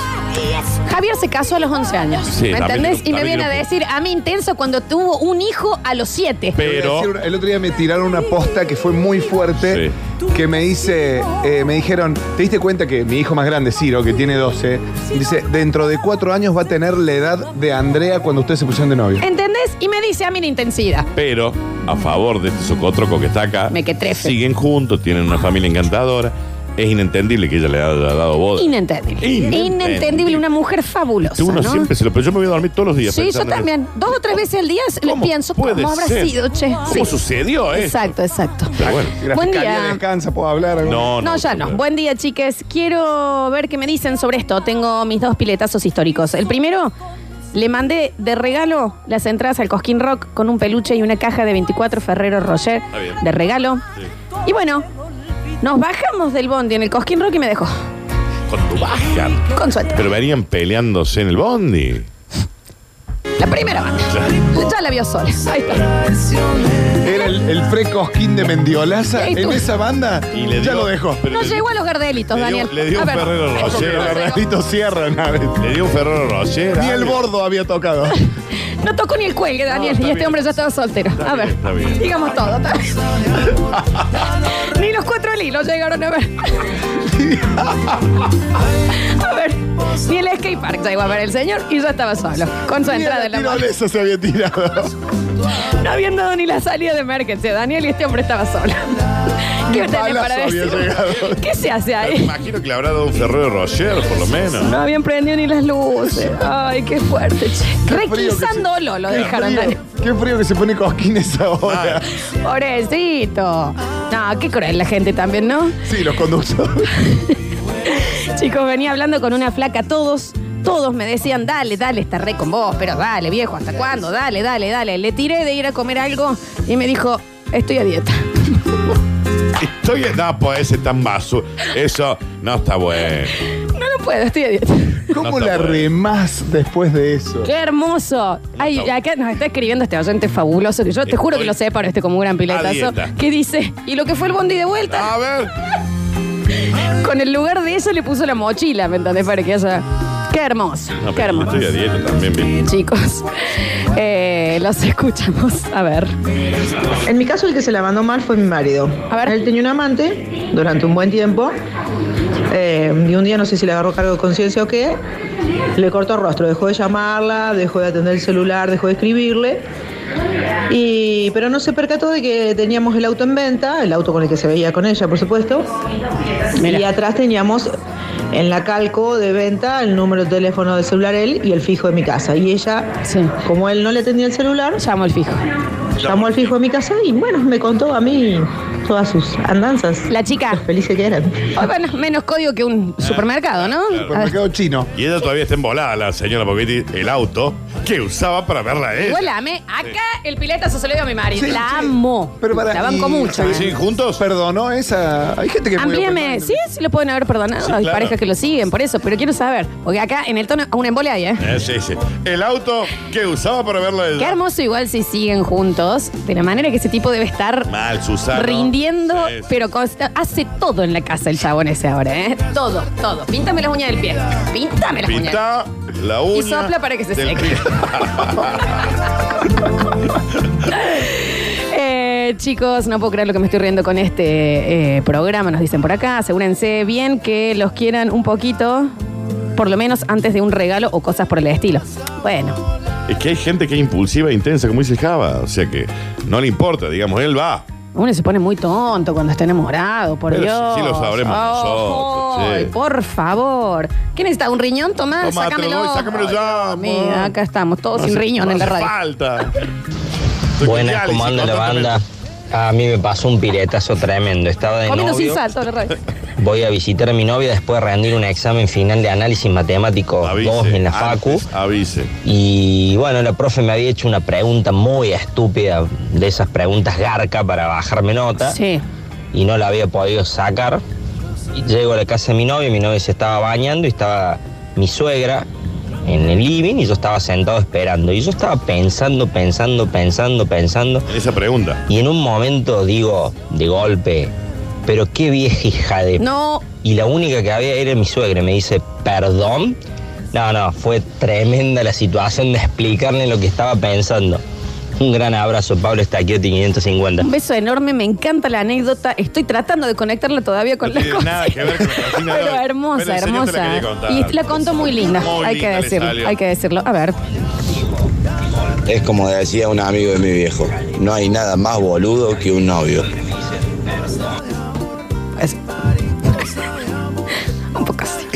Speaker 1: Javier se casó a los 11 años.
Speaker 2: Sí,
Speaker 1: ¿Me
Speaker 2: también
Speaker 1: entendés?
Speaker 2: tiene-
Speaker 1: Y me
Speaker 2: también
Speaker 1: viene a
Speaker 2: tiene un
Speaker 1: decir, a mí intenso cuando tuvo un hijo a los 7.
Speaker 2: Pero.
Speaker 3: Voy a decir una- El otro día me tiraron una posta que fue muy fuerte, que me dice, eh, me dijeron, ¿te diste cuenta que mi hijo más grande, Ciro, que tiene 12, dice, dentro de cuatro años va a tener la edad de Andrea cuando ustedes se pusieron de novio?
Speaker 1: ¿Entendés? Y me dice a mí la intensidad.
Speaker 2: Pero, a favor de este socotroco que está acá,
Speaker 1: Mequetrefe.
Speaker 2: siguen juntos, tienen una familia encantadora. Es inentendible que ella le haya dado boda.
Speaker 1: Inentendible.
Speaker 2: Inentendible.
Speaker 1: Inentendible, una mujer fabulosa.
Speaker 2: Uno
Speaker 1: ¿no?
Speaker 2: siempre se lo. Pero yo me voy a dormir todos los días.
Speaker 1: Sí, yo
Speaker 2: pensando en eso.
Speaker 1: también. Dos o tres veces al día
Speaker 2: ¿Cómo
Speaker 1: pienso
Speaker 2: puede
Speaker 1: cómo habrá
Speaker 2: ser?
Speaker 1: sido, che.
Speaker 2: ¿Cómo
Speaker 1: Sí.
Speaker 2: sucedió, eh?
Speaker 1: Exacto, exacto.
Speaker 2: Pero bueno.
Speaker 1: Buen
Speaker 3: Graficaría,
Speaker 1: día.
Speaker 3: descansa, puedo hablar. algo?
Speaker 2: No, no.
Speaker 1: No, ya no. Buen día, chiques. Quiero ver qué me dicen sobre esto. Tengo mis dos piletazos históricos. El primero, le mandé de regalo las entradas al Cosquín Rock con un peluche y una caja de 24 Ferrero Roger
Speaker 2: bien.
Speaker 1: de regalo. Y bueno, nos bajamos del bondi en el Cosquín Rock y me dejó.
Speaker 2: Cuando bajan.
Speaker 1: Con suerte.
Speaker 2: Pero venían peleándose en el bondi.
Speaker 1: La primera banda. Ya la vio sola. Ahí está.
Speaker 3: Era el, el pre-cosquín de Mendiolaza
Speaker 1: Y ahí
Speaker 3: en
Speaker 1: tú.
Speaker 3: esa banda.
Speaker 2: Y le
Speaker 3: ya
Speaker 2: dio-
Speaker 3: lo dejó.
Speaker 2: pero
Speaker 1: No
Speaker 2: le-
Speaker 1: llegó a los gardelitos,
Speaker 2: le dio-
Speaker 1: Daniel.
Speaker 2: le dio
Speaker 1: A
Speaker 2: un
Speaker 1: ver.
Speaker 2: Ferrero
Speaker 1: Ojo que
Speaker 2: Rocher.
Speaker 1: no llegó.
Speaker 3: Carlito Sierra, una vez.
Speaker 2: Le dio un Ferrero Rocher.
Speaker 3: Ni el bordo había tocado.
Speaker 1: No tocó ni el cuelgue, Daniel.
Speaker 2: está
Speaker 1: y este
Speaker 2: bien.
Speaker 1: hombre ya estaba soltero.
Speaker 2: Está
Speaker 1: a
Speaker 2: bien,
Speaker 1: ver,
Speaker 2: está bien.
Speaker 1: digamos todo. está bien. ni los cuatro hilos llegaron a ver. a ver, ni el skate park llegó a ver el señor y yo estaba solo. Con su
Speaker 3: Ni
Speaker 1: entrada
Speaker 3: la
Speaker 1: en la mano.
Speaker 3: tirolesa se había tirado.
Speaker 1: No habían dado ni la salida de emergencia, Daniel, y este hombre estaba solo. ¿Qué
Speaker 3: un
Speaker 1: tenés para
Speaker 3: balazo había
Speaker 1: decir?
Speaker 3: llegado.
Speaker 1: ¿Qué se hace
Speaker 2: Me
Speaker 1: ahí?
Speaker 2: imagino que le habrá dado un Ferrero Rocher, por lo menos.
Speaker 1: No habían prendido ni las luces. Ay, qué fuerte, che. Requisándolo lo
Speaker 3: Qué
Speaker 1: dejaron,
Speaker 3: frío-
Speaker 1: Daniel.
Speaker 3: Qué frío que se pone cosquín esa hora.
Speaker 1: Pobrecito. No, qué cruel la gente también, ¿no?
Speaker 3: Sí, los conductores.
Speaker 1: Chicos, venía hablando con una flaca, todos, todos me decían, dale, dale, está re con vos, pero dale, viejo, ¿hasta cuándo? Dale, dale, dale. Le tiré de ir a comer algo y me dijo, estoy a dieta.
Speaker 2: Estoy en no, pues ese tan vaso. Eso no está bueno.
Speaker 1: No, no puedo, estoy a dieta.
Speaker 3: ¿Cómo
Speaker 2: No está
Speaker 3: la
Speaker 2: bueno.
Speaker 3: remás después de eso?
Speaker 1: ¡Qué hermoso! Ay, acá nos está escribiendo este oyente fabuloso, que yo te juro que lo
Speaker 2: Estoy
Speaker 1: separo este como un gran
Speaker 2: a
Speaker 1: piletazo,
Speaker 2: dieta.
Speaker 1: que dice, y lo que fue el bondi de vuelta,
Speaker 2: A ver.
Speaker 1: con el lugar de eso le puso la mochila, ¿me entendés? Para que haya... ¡Qué hermoso!
Speaker 2: No,
Speaker 1: ¡Qué
Speaker 2: pero
Speaker 1: hermoso!
Speaker 2: Estoy a dieta también, bien.
Speaker 1: chicos. Eh, los escuchamos. A ver.
Speaker 8: En mi caso el que se la mandó mal fue mi marido.
Speaker 1: A ver.
Speaker 8: Él tenía un amante durante un buen tiempo eh, y un día no sé si le agarró cargo de conciencia o qué, le cortó el rostro, dejó de llamarla, dejó de atender el celular, dejó de escribirle. Y, pero no se percató de que teníamos el auto en venta, el auto con el que se veía con ella, por supuesto. Y atrás teníamos en la calco de venta el número de teléfono del celular él y el fijo de mi casa. Y ella,
Speaker 1: Sí.
Speaker 8: como él no le atendía el celular,
Speaker 1: Llamo al fijo.
Speaker 8: Llamó al fijo a mi casa y bueno, me contó a mí todas sus andanzas.
Speaker 1: La chica.
Speaker 8: Felices que eran.
Speaker 1: Ay, bueno, menos código que un supermercado, ¿no? Ah,
Speaker 2: Supermercado chino. Y ella todavía está embolada, la señora Pochetti, el auto que usaba para verla a ella.
Speaker 1: Igual la amé. Acá el piletazo se lo dio a mi marido. la amo.
Speaker 3: Pero para-
Speaker 1: la banco
Speaker 3: y-
Speaker 1: mucho.
Speaker 3: Sí,
Speaker 1: ¿eh?
Speaker 3: sí, juntos. Perdonó esa. Hay gente que. puede
Speaker 1: Amplíame. Sí, sí lo pueden haber perdonado.
Speaker 2: Sí,
Speaker 1: Hay
Speaker 2: claro.
Speaker 1: parejas que lo siguen, por eso. Pero quiero saber. Porque acá en el tono, a un embole hay, ¿eh?
Speaker 2: Eh, sí, sí. El auto que usaba para verla a
Speaker 1: Qué
Speaker 2: ella.
Speaker 1: hermoso igual si siguen juntos. De la manera que ese tipo debe estar
Speaker 2: Mal, Susana.
Speaker 1: rindiendo, pero consta- hace todo en la casa el chabón ese ahora, ¿eh? Todo, todo. Píntame las uñas del pie. Píntame las uñas.
Speaker 2: Pinta la uña.
Speaker 1: Y sopla para que se
Speaker 2: del
Speaker 1: seque. Eh, chicos, no puedo creer lo que me estoy riendo con este eh, programa, nos dicen por acá. Asegúrense bien que los quieran un poquito, por lo menos antes de un regalo o cosas por el estilo. Bueno,
Speaker 2: Es que hay gente que es impulsiva e intensa, como dice Java. O sea que no le importa, digamos, él va.
Speaker 1: uno se pone muy tonto cuando está enamorado, por
Speaker 2: Pero sí-
Speaker 1: Dios.
Speaker 2: sí lo sabremos nosotros,
Speaker 1: ay,
Speaker 2: sí.
Speaker 1: Por favor. ¿Qué necesita? ¿Un riñón? Tomá,
Speaker 2: Tomá, te lo
Speaker 1: sácamelo.
Speaker 2: doy, sácamelo ya,
Speaker 1: Ay, Dios mío,
Speaker 2: amor.
Speaker 1: acá estamos, todos
Speaker 2: No
Speaker 1: sin
Speaker 2: hace-
Speaker 1: riñón
Speaker 2: no
Speaker 1: en la
Speaker 2: hace
Speaker 1: radio.
Speaker 2: falta.
Speaker 12: Buenas, ¿cómo anda la banda? A mí me pasó un piretazo tremendo. Estaba de
Speaker 1: Comiendo sin
Speaker 12: novio.
Speaker 1: sal, toda la radio.
Speaker 12: Voy a visitar a mi novia después de rendir un examen final de análisis matemático 2 en la facu. Y bueno, la profe me había hecho una pregunta muy estúpida, de esas preguntas garca para bajarme nota.
Speaker 1: Sí.
Speaker 12: Y no la había podido sacar. Y llego a la casa de mi novia, mi novia se estaba bañando y estaba mi suegra en el living y yo estaba sentado esperando. Y yo estaba pensando, pensando, pensando, pensando.
Speaker 2: Esa pregunta.
Speaker 12: Y en un momento digo, de golpe, pero qué vieja hija de...
Speaker 1: No.
Speaker 12: Y la única que había era mi suegra. Me dice, perdón. No, no, fue tremenda la situación de explicarle lo que estaba pensando. Un gran abrazo, Pablo Stacchiotti 550.
Speaker 1: Un beso enorme, me encanta la anécdota. Estoy tratando de conectarla todavía con las cosas.
Speaker 2: Nada que ver con la cocina de
Speaker 1: Pero
Speaker 2: hoy.
Speaker 1: hermosa,
Speaker 2: Pero en serio te la
Speaker 1: hermosa.
Speaker 2: quería contar.
Speaker 1: Y la contó muy linda,
Speaker 2: Muy
Speaker 1: hay que
Speaker 2: linda le
Speaker 1: decirlo,
Speaker 2: salió.
Speaker 1: hay que decirlo. A ver,
Speaker 13: Es como decía un amigo de mi viejo, no hay nada más boludo que un novio.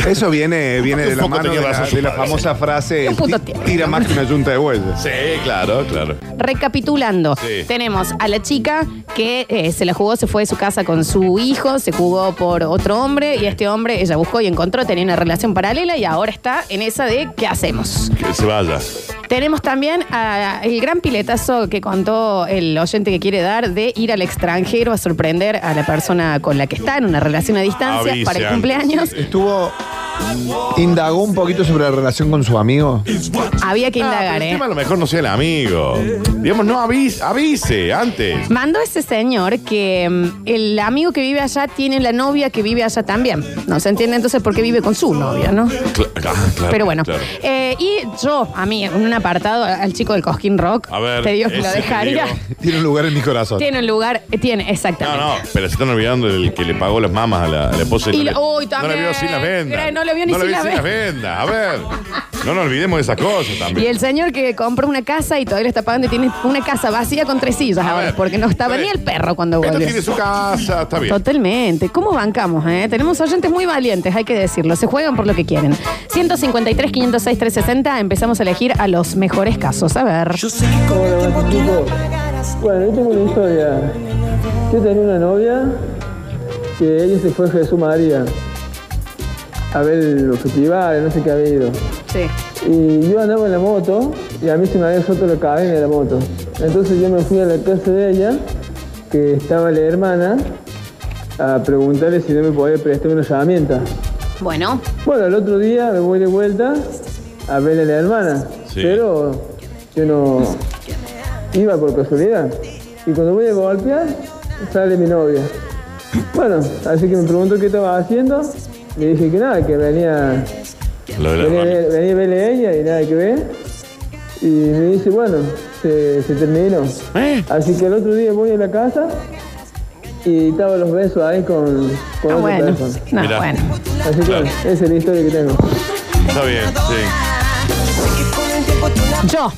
Speaker 3: Eso viene, viene de la
Speaker 2: poco
Speaker 3: mano de
Speaker 2: tenía
Speaker 3: la,
Speaker 2: razón su
Speaker 3: de la
Speaker 2: padre.
Speaker 3: famosa frase
Speaker 1: Un puto
Speaker 3: "Ti-
Speaker 1: tiempo".
Speaker 3: tira más que una yunta de bueyes.
Speaker 2: Sí, claro, claro.
Speaker 1: recapitulando.
Speaker 3: Sí.
Speaker 1: Tenemos a la chica que eh, se la jugó, se fue de su casa con su hijo, se jugó por otro hombre y este hombre ella buscó y encontró, tenía una relación paralela y ahora está en esa de ¿qué hacemos?
Speaker 2: Que se vaya.
Speaker 1: Tenemos también a- el gran piletazo que contó el oyente que quiere dar de ir al extranjero a sorprender a la persona con la que está en una relación a distancia
Speaker 3: Avise
Speaker 1: para el
Speaker 3: antes.
Speaker 1: cumpleaños.
Speaker 3: Estuvo. Indagó un poquito sobre la relación con su amigo.
Speaker 1: Había que
Speaker 2: Ah,
Speaker 1: indagar,
Speaker 2: pero el
Speaker 1: ¿eh?
Speaker 2: tema a lo mejor no sea el amigo. Digamos, no avise, avise antes.
Speaker 1: Mandó ese señor que mm, el amigo que vive allá tiene la novia que vive allá también. No se entiende entonces por qué vive con su novia, ¿no?
Speaker 2: Cla- ah, claro,
Speaker 1: Pero bueno.
Speaker 2: claro.
Speaker 1: Eh, y yo, a mí, en un apartado, al chico del Cosquín Rock,
Speaker 2: A ver.
Speaker 1: te digo que lo
Speaker 2: ese
Speaker 1: dejaría.
Speaker 2: te digo.
Speaker 3: Tiene un lugar en mi corazón.
Speaker 1: Tiene un lugar, eh, tiene,
Speaker 2: No,
Speaker 1: exactamente.
Speaker 2: no, pero se están olvidando del que le pagó las mamas a la, a la esposa.
Speaker 1: Y
Speaker 2: no,
Speaker 1: la- uy,
Speaker 2: no la
Speaker 1: también.
Speaker 2: vio sin las vendas.
Speaker 1: Gra- no la vio ni sin las
Speaker 2: las vendas. A ver, no nos olvidemos de esas cosas
Speaker 1: Y
Speaker 2: también.
Speaker 1: el señor que compró una casa y todavía le está pagando y tiene una casa vacía con tres sillas ahora, porque no estaba ni el perro cuando
Speaker 2: Esto
Speaker 1: volvió.
Speaker 2: eh, tiene su casa, está bien.
Speaker 1: Totalmente. ¿Cómo bancamos? eh? Tenemos oyentes muy valientes, hay que decirlo. Se juegan por lo que quieren. 153, 506, 360. Empezamos a elegir a los mejores casos. A ver.
Speaker 14: Bueno, yo tengo una historia. Yo tenía una novia que ella se fue a Jesús María a ver los festivales, no sé qué ha habido.
Speaker 1: Sí.
Speaker 14: Y yo andaba en la moto y a mí se me había roto la cadena de la moto. Entonces yo me fui a la casa de ella, que estaba la hermana, a preguntarle si no me podía prestar una herramienta.
Speaker 1: Bueno.
Speaker 14: Bueno, el otro día me voy de vuelta a ver a la hermana, pero yo no iba por casualidad. Y cuando voy a golpear, sale mi novia. Bueno, así que me preguntó qué estaba haciendo. Le dije que nada, que venía,
Speaker 2: Lo de la
Speaker 14: venía,
Speaker 2: hermana.
Speaker 14: a ver- venía a verle a ella y nada que ver. Y me dice, bueno, se, se terminó.
Speaker 2: ¿Eh?
Speaker 14: Así que el otro día voy a la casa y estaba los besos ahí con, con
Speaker 1: Ah,
Speaker 14: otra
Speaker 1: bueno.
Speaker 14: persona.
Speaker 1: No,
Speaker 2: Mirá.
Speaker 1: bueno.
Speaker 14: Así que esa es la historia que tengo.
Speaker 2: Está bien, sí.
Speaker 1: Yo,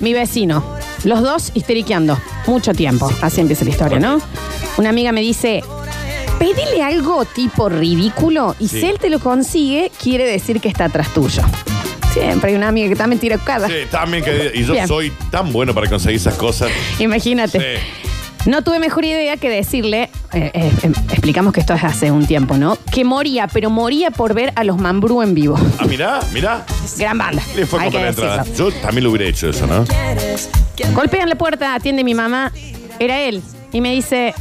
Speaker 1: mi vecino, los dos histeriqueando. Mucho tiempo. Así empieza la historia, ¿no? Una amiga me dice. Pedile algo tipo ridículo y
Speaker 2: Sí.
Speaker 1: si él te lo consigue, quiere decir que está atrás tuyo. Siempre hay una amiga que también tira cada.
Speaker 2: Sí, también que. Y yo
Speaker 1: Bien.
Speaker 2: soy tan bueno para conseguir esas cosas.
Speaker 1: Imagínate.
Speaker 2: Sí.
Speaker 1: No tuve mejor idea que decirle, eh, eh, em, explicamos que esto es hace un tiempo, ¿no? Que moría, pero moría por ver a los Mambrú en vivo.
Speaker 2: Ah, mirá, mirá.
Speaker 1: Gran banda.
Speaker 2: Le fue
Speaker 1: Hay
Speaker 2: contra
Speaker 1: que
Speaker 2: la entrada.
Speaker 1: decirlo.
Speaker 2: Yo también lo hubiera hecho eso, ¿no?
Speaker 1: Golpean la puerta, atiende mi mamá. Era él. Y me dice,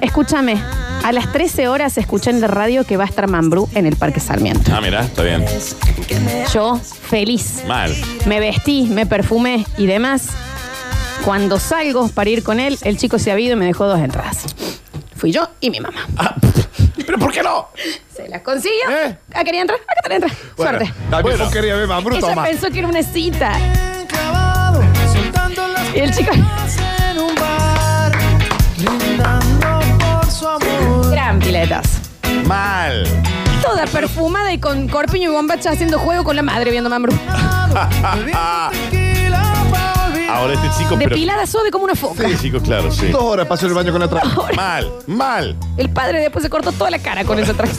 Speaker 1: escúchame, a las 13 horas escuché en la radio que va a estar Mambrú en el Parque Sarmiento.
Speaker 2: Ah, mirá, está bien.
Speaker 1: Yo, feliz.
Speaker 2: Mal.
Speaker 1: Me vestí, me perfumé y demás. Cuando salgo para ir con él, el chico se ha ido y me dejó dos entradas. Fui yo y mi mamá.
Speaker 2: ¿Pero por qué no?
Speaker 1: Se las consiguió.
Speaker 2: ¿Eh?
Speaker 1: Ah, quería entrar. Acá te entra.
Speaker 3: Bueno,
Speaker 1: Suerte.
Speaker 3: También vos querías ver Mambrú,
Speaker 1: Ella
Speaker 3: toma.
Speaker 1: pensó que era una cita. Y el chico. Gran piletas.
Speaker 2: Mal.
Speaker 1: Toda perfumada y con corpiño y bombacha haciendo juego con la madre viendo Mambrú.
Speaker 2: Ahora este chico, pero.
Speaker 1: Depilada suave como una foca.
Speaker 2: Sí, chicos, claro, sí.
Speaker 3: Dos horas pasó en el baño con la trampa.
Speaker 2: Mal, mal.
Speaker 1: El padre después se cortó toda la cara con ese traje.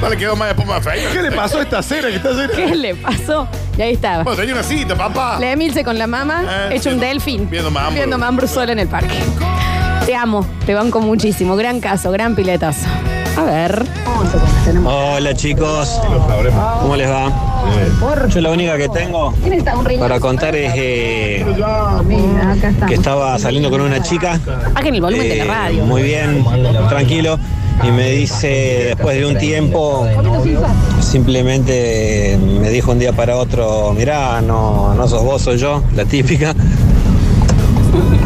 Speaker 2: No le quedó más de pompa fea.
Speaker 3: ¿Qué le pasó a esta cena que está llena?
Speaker 1: ¿Qué le pasó? Y ahí estaba.
Speaker 2: Bueno, tenía una cita, papá.
Speaker 1: La Emilce con la mamá,
Speaker 2: Eh,
Speaker 1: hecho un
Speaker 2: viendo-
Speaker 1: delfín.
Speaker 2: viendo Mambrú.
Speaker 1: Viendo Mambrú sola en el parque. Te amo, te banco muchísimo. Gran caso, gran piletazo. A ver.
Speaker 11: Hola chicos, ¿cómo les va? Yo la única que tengo para contar es eh,
Speaker 1: Acá está.
Speaker 11: que estaba saliendo con una chica.
Speaker 1: Bajen el volumen de la
Speaker 11: eh,
Speaker 1: radio.
Speaker 11: Muy bien, tranquilo. Y me dice, después de un tiempo, simplemente me dijo un día para otro, mirá, no, no sos vos, soy yo, la típica.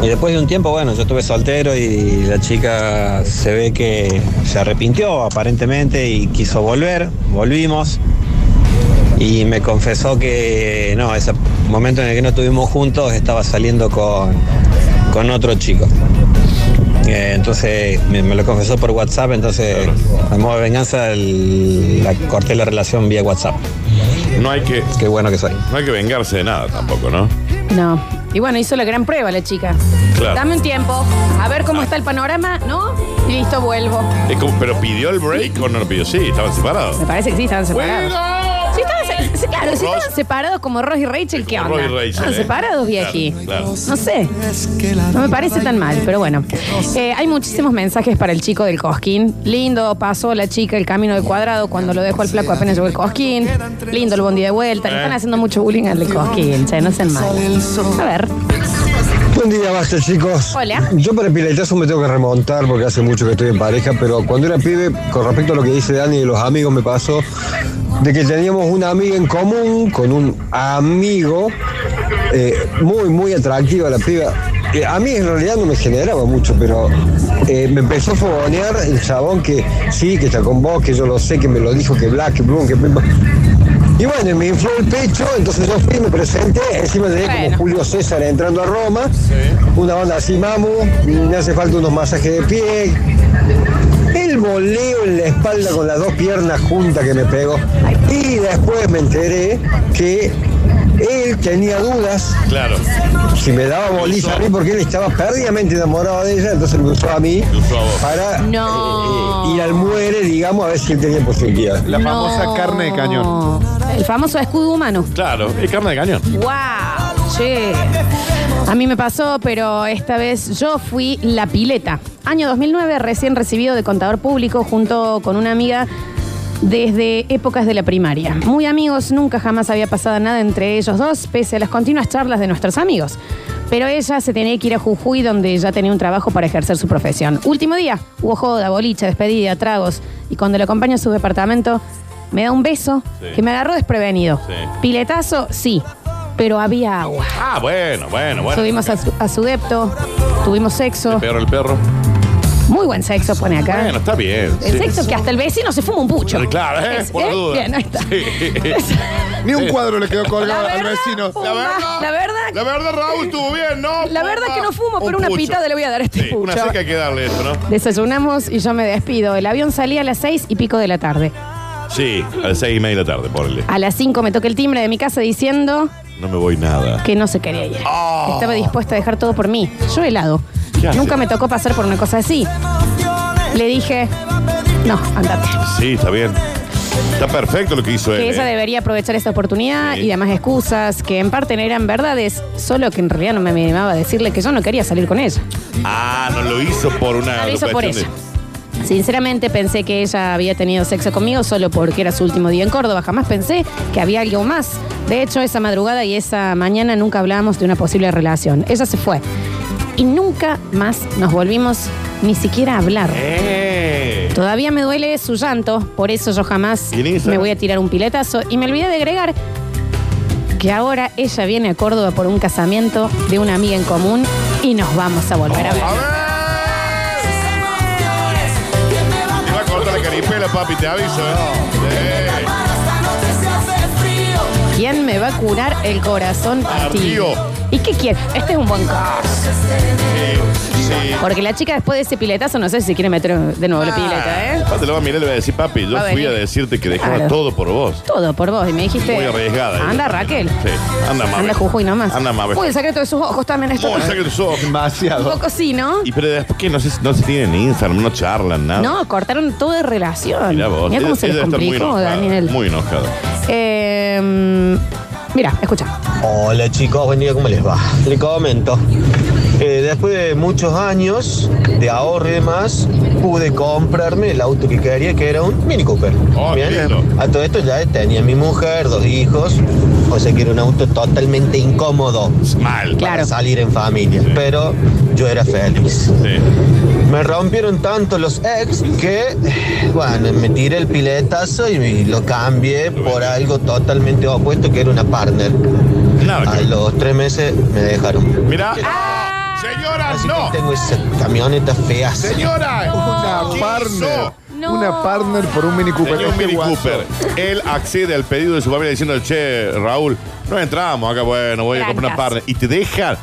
Speaker 11: Y después de un tiempo, bueno, yo estuve soltero y la chica se ve que se arrepintió aparentemente y quiso volver, volvimos. Y me confesó que no, ese momento en el que no estuvimos juntos estaba saliendo con, con otro chico. Eh, entonces me, me lo confesó por WhatsApp, entonces a modo de venganza el- la, corté la relación vía WhatsApp.
Speaker 2: No hay que.
Speaker 11: Qué bueno que soy.
Speaker 2: No hay que vengarse de nada tampoco, ¿no?
Speaker 1: No. Y bueno, hizo la gran prueba la chica.
Speaker 2: Claro.
Speaker 1: Dame un tiempo, a ver cómo está el panorama, ¿no? Y listo, vuelvo.
Speaker 2: Es como, ¿Pero pidió el break o no lo pidió? Sí, estaban separados.
Speaker 1: Me parece que sí, estaban separados. Si estaban, se- se- claro, si
Speaker 2: Ross.
Speaker 1: estaban separados como Ross y Rachel, ¿qué
Speaker 2: Como
Speaker 1: onda?
Speaker 2: Ross y Rachel,
Speaker 1: Estaban
Speaker 2: eh.
Speaker 1: separados, vieji.
Speaker 2: Claro, claro.
Speaker 1: No sé. No me parece tan mal, pero bueno. Eh, hay muchísimos mensajes para el chico del cosquín. Lindo, pasó la chica el camino del cuadrado cuando lo dejó al flaco apenas llegó el cosquín. Lindo el bondi de vuelta. Le
Speaker 15: Eh.
Speaker 1: están haciendo mucho bullying al del cosquín, che, no sean mal. A ver.
Speaker 15: Buen día, basta, chicos.
Speaker 1: Hola.
Speaker 15: Yo para el piletazo me tengo que remontar porque hace mucho que estoy en pareja, pero cuando era pibe, con respecto a lo que dice Dani y los amigos, me pasó de que teníamos una amiga en común con un amigo eh, muy, muy atractiva la piba. Eh, a mí en realidad no me generaba mucho, pero eh, me empezó a fogonear el chabón que sí, que está con vos, que yo lo sé, que me lo dijo, que black, que blue, que... pimpa. Y bueno, me infló el pecho, entonces yo fui, me presenté, encima llegué como Julio César entrando a Roma, una banda así mamu, me hace falta unos masajes de pie, el voleo en la espalda con las dos piernas juntas que me pegó. Y después me enteré que él tenía dudas
Speaker 2: Claro.
Speaker 15: si me daba bolilla a mí porque él estaba perdidamente enamorado de ella, entonces me usó a mí para eh, ir al muere, digamos, a ver si él tenía posibilidad.
Speaker 3: La famosa carne de cañón.
Speaker 1: El famoso escudo humano.
Speaker 2: Claro, es carne de cañón.
Speaker 1: ¡Wow! Che. A mí me pasó, pero esta vez yo fui la pileta. Año 2009, recién recibido de contador público junto con una amiga desde épocas de la primaria. Muy amigos, nunca jamás había pasado nada entre ellos dos, pese a las continuas charlas de nuestros amigos. Pero ella se tenía que ir a Jujuy, donde ya tenía un trabajo para ejercer su profesión. Último día, hubo joda, boliche, despedida, tragos. Y cuando lo acompaño a su departamento, me da un beso
Speaker 2: Sí.
Speaker 1: que me agarró desprevenido.
Speaker 2: Sí.
Speaker 1: Piletazo, sí, pero había agua.
Speaker 2: Ah, bueno, bueno, bueno.
Speaker 1: Subimos a su, a su depto, tuvimos sexo,
Speaker 2: Peor el perro.
Speaker 1: muy buen sexo, pone acá.
Speaker 2: Bueno, está bien.
Speaker 1: el
Speaker 2: sí.
Speaker 1: sexo que hasta el vecino se fuma un pucho.
Speaker 2: Claro, ¿eh?
Speaker 1: Es-
Speaker 2: Por la
Speaker 1: ¿eh?
Speaker 2: duda.
Speaker 1: Bien, ahí está.
Speaker 2: Sí.
Speaker 3: Ni un cuadro le quedó colgado al vecino.
Speaker 2: La verdad.
Speaker 1: La verdad.
Speaker 2: La verdad, Raúl, estuvo bien, ¿no?
Speaker 1: La verdad que no fumo,
Speaker 2: Un
Speaker 1: pero una
Speaker 2: pucho.
Speaker 1: pitada le voy a dar a este
Speaker 2: Sí, una
Speaker 1: pucho.
Speaker 2: seca hay que darle eso, ¿no?
Speaker 1: Desayunamos y yo me despido. El avión salía a las seis y pico de la tarde.
Speaker 2: Sí, a las seis y media de la tarde, ponle.
Speaker 1: A las cinco me toca el timbre de mi casa diciendo
Speaker 2: No me voy nada.
Speaker 1: que no se quería ir. Que Estaba dispuesta a dejar todo por mí. Yo helado.
Speaker 2: Ah. ¿Qué hace?
Speaker 1: Nunca me tocó pasar por una cosa así. Le dije, no, andate.
Speaker 2: Sí, está bien. Está perfecto lo que hizo
Speaker 1: Que
Speaker 2: él.
Speaker 1: ella
Speaker 2: ¿eh?
Speaker 1: debería aprovechar esta oportunidad
Speaker 2: Sí.
Speaker 1: y demás excusas que en parte no eran verdades, solo que en realidad no me animaba a decirle que yo no quería salir con ella.
Speaker 2: Ah, no lo hizo por una.
Speaker 1: No lo hizo por
Speaker 2: cuestión de-
Speaker 1: ella. Sinceramente pensé que ella había tenido sexo conmigo solo porque era su último día en Córdoba. Jamás pensé que había algo más. De hecho, esa madrugada y esa mañana nunca hablábamos de una posible relación. Ella se fue. Y nunca más nos volvimos ni siquiera a hablar.
Speaker 2: Eh.
Speaker 1: Todavía me duele su llanto, por eso yo jamás
Speaker 2: Y en Instagram.
Speaker 1: me voy a tirar un piletazo. Y me olvidé de agregar que ahora ella viene a Córdoba por un casamiento de una amiga en común y nos vamos a volver a ver.
Speaker 2: Te va a cortar la caripela, papi, te aviso, ¿eh? Sí.
Speaker 1: ¿Quién me va a curar el corazón partido? ¿Y qué quiere? Este es un buen caso. Porque la chica después de ese piletazo, no sé si se quiere meter de nuevo la
Speaker 2: Ah.
Speaker 1: pileta, ¿eh?
Speaker 2: Aparte, lo va a mirar y le va a decir, papi, yo
Speaker 1: Va a
Speaker 2: fui a
Speaker 1: venir.
Speaker 2: decirte que dejaba
Speaker 1: Claro.
Speaker 2: todo por vos.
Speaker 1: Todo por vos. Y me dijiste.
Speaker 2: Muy arriesgada ella
Speaker 1: Anda, Raquel.
Speaker 2: Sí, anda más.
Speaker 1: Anda, Jujuy nomás.
Speaker 2: Anda Mabel.
Speaker 1: Uy, el secreto de sus ojos también es todo.
Speaker 2: Muy sangre en tus ojos.
Speaker 1: Un
Speaker 3: Demasiado.
Speaker 1: poco sí, ¿no?
Speaker 2: Y pero después que no se, no se tienen Instagram, no charlan, nada.
Speaker 1: No, cortaron toda relación.
Speaker 2: Mirá vos.
Speaker 1: Mirá cómo
Speaker 2: Ella-
Speaker 1: se les
Speaker 2: ella está muy
Speaker 1: complicó,
Speaker 2: enojada,
Speaker 1: Daniel.
Speaker 2: Muy enojada.
Speaker 1: Eh, mira, escucha.
Speaker 16: Hola chicos, buen día, ¿cómo les va? Les comento. Eh, después de muchos años de ahorro y demás, pude comprarme el auto que quería, que era un Mini Cooper.
Speaker 2: Ah,
Speaker 16: Bien. A todo esto ya tenía mi mujer, dos hijos, o sea que era un auto totalmente incómodo
Speaker 2: Mal.
Speaker 16: para salir en familia. Pero yo era feliz. Me rompieron tanto los ex que, bueno, me tiré el piletazo y me- lo cambié por algo totalmente opuesto que era una partner. A los tres meses me dejaron.
Speaker 2: Mira. Señora, no.
Speaker 16: Tengo esa camioneta fea.
Speaker 2: Señora.
Speaker 3: Una partner. Una partner por un Mini Cooper.
Speaker 2: Señor
Speaker 3: Este
Speaker 2: Mini
Speaker 3: guaso.
Speaker 2: Cooper, él accede al pedido de su familia diciendo, che, Raúl, no entramos acá, bueno, voy a
Speaker 1: Gran
Speaker 2: comprar una
Speaker 1: caso.
Speaker 2: partner. Y te dejan,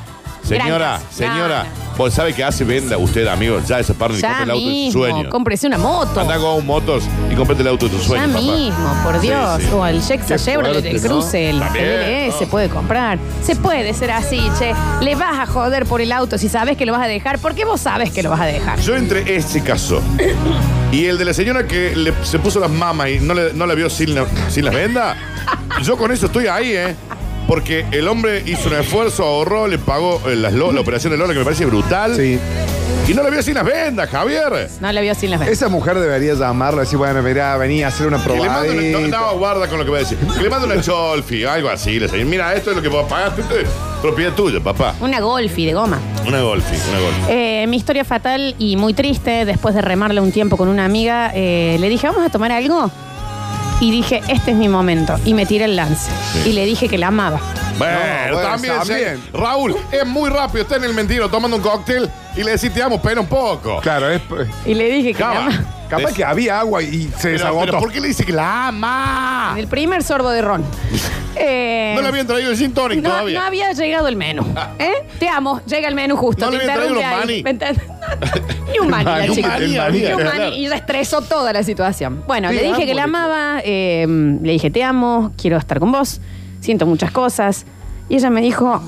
Speaker 2: señora,
Speaker 1: Gran caso.
Speaker 2: señora, vos sabe que hace venda usted, amigo, ya esa partner, y
Speaker 1: Ya
Speaker 2: compra el auto de
Speaker 1: mismo.
Speaker 2: tu sueño.
Speaker 1: Cómprese una moto.
Speaker 2: Anda con un motos y comprate el auto de tu sueño,
Speaker 1: Ya
Speaker 2: papá.
Speaker 1: mismo, por Dios.
Speaker 2: Sí, sí.
Speaker 1: O el Jexa
Speaker 2: Qué
Speaker 1: Chevrolet,
Speaker 2: fuerte,
Speaker 1: el
Speaker 2: ¿no?
Speaker 1: Cruze, el
Speaker 2: También,
Speaker 1: LE, se puede comprar. Se puede ser así, che. Le vas a joder por el auto si sabes que lo vas a dejar, porque vos sabes que lo vas a dejar.
Speaker 2: Yo entre este caso y el de la señora que le- se puso las mamas y no, le- no la vio sin la, sin las vendas, yo con eso estoy ahí, ¿eh? Porque el hombre hizo un esfuerzo, ahorró, le pagó eh, las lo- la operación de Lola, que me parece brutal. Y no la vio sin las vendas, Javier.
Speaker 1: No la vio sin las ventas.
Speaker 3: Esa mujer debería llamarla y decir, bueno, mirá, vení a hacer una
Speaker 2: Que le
Speaker 3: probada.
Speaker 2: mando una, no, no, guarda con lo que voy a decir. Que le mando una cholfi, algo así. Le dice, mira, esto es lo que vos pagaste, esto es propiedad tuya, papá.
Speaker 1: Una golfi de goma.
Speaker 2: Una golfi, una golfi.
Speaker 1: Eh, mi historia fatal y muy triste, después de remarla un tiempo con una amiga, eh, le dije, vamos a tomar algo. Y dije, este es mi momento. Y me tiré el lance.
Speaker 2: Sí.
Speaker 1: Y le dije que la amaba.
Speaker 2: Bueno,
Speaker 3: No, bueno,
Speaker 2: también,
Speaker 3: también.
Speaker 2: sí. Raúl, es muy rápido, está en el mentiro tomando un cóctel y le decís, te amo, espera un poco.
Speaker 3: Claro, es. eh,
Speaker 1: Y le dije que la
Speaker 2: Cava.
Speaker 1: amaba.
Speaker 3: Capaz
Speaker 2: Es-
Speaker 3: que había agua y se
Speaker 2: Pero-
Speaker 3: desagotó.
Speaker 2: pero ¿por qué le dice que la ama?
Speaker 1: En el primer sorbo de ron. Eh,
Speaker 2: No le habían traído el gin tonic
Speaker 1: no,
Speaker 2: todavía. Ah.
Speaker 1: no había llegado el menú. ¿Eh? Te amo, llega el menú justo.
Speaker 2: No
Speaker 1: te
Speaker 2: le habían traído
Speaker 1: interrumpe
Speaker 2: los maní.
Speaker 1: ahí. ¿Me entendés? Ni un mani,
Speaker 2: Ni
Speaker 1: la
Speaker 2: un
Speaker 1: chica.
Speaker 2: maní
Speaker 1: Ni
Speaker 2: había,
Speaker 1: un
Speaker 2: claro.
Speaker 1: maní. Y ya estresó toda la situación. Bueno,
Speaker 17: Te
Speaker 1: le dije
Speaker 17: amo,
Speaker 1: que la
Speaker 17: le-
Speaker 1: amaba, eh, le dije te amo, quiero estar con vos, siento muchas cosas. Y ella me dijo,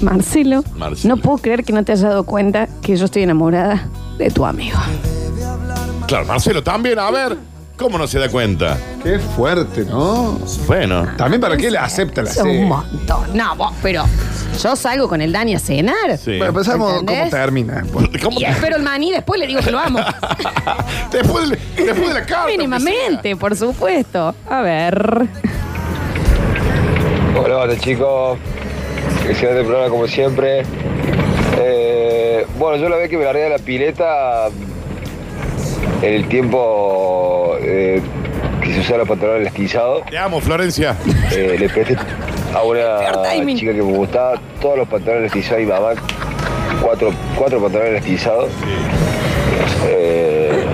Speaker 1: Marcelo,
Speaker 2: Marcelo.
Speaker 1: no puedo creer que no te hayas dado cuenta que yo estoy enamorada de tu amigo.
Speaker 2: Claro, Marcelo, también, a ver, ¿cómo no se da cuenta?
Speaker 3: Qué fuerte, ¿no?
Speaker 2: Bueno.
Speaker 3: También para qué la acepta la
Speaker 1: Es un
Speaker 3: serie.
Speaker 1: montón. No, vos, pero yo salgo con el Dani a cenar.
Speaker 3: Bueno, pensamos cómo
Speaker 1: ¿entendés?
Speaker 3: termina. pues.
Speaker 1: Y espero el maní, después le digo que lo amo.
Speaker 2: después, de la carta.
Speaker 1: Mínimamente, por supuesto. A ver.
Speaker 18: Hola, hola chicos. Excelente programa como siempre. Eh, bueno, yo la vez que me largué de la pileta, el tiempo eh, que se usa los pantalones lastizados.
Speaker 2: Te amo, Florencia.
Speaker 18: le presté a una
Speaker 2: timing.
Speaker 18: chica que me gustaba todos los pantalones lastizados y mamá. Cuatro, cuatro pantalones lastizados. Eh,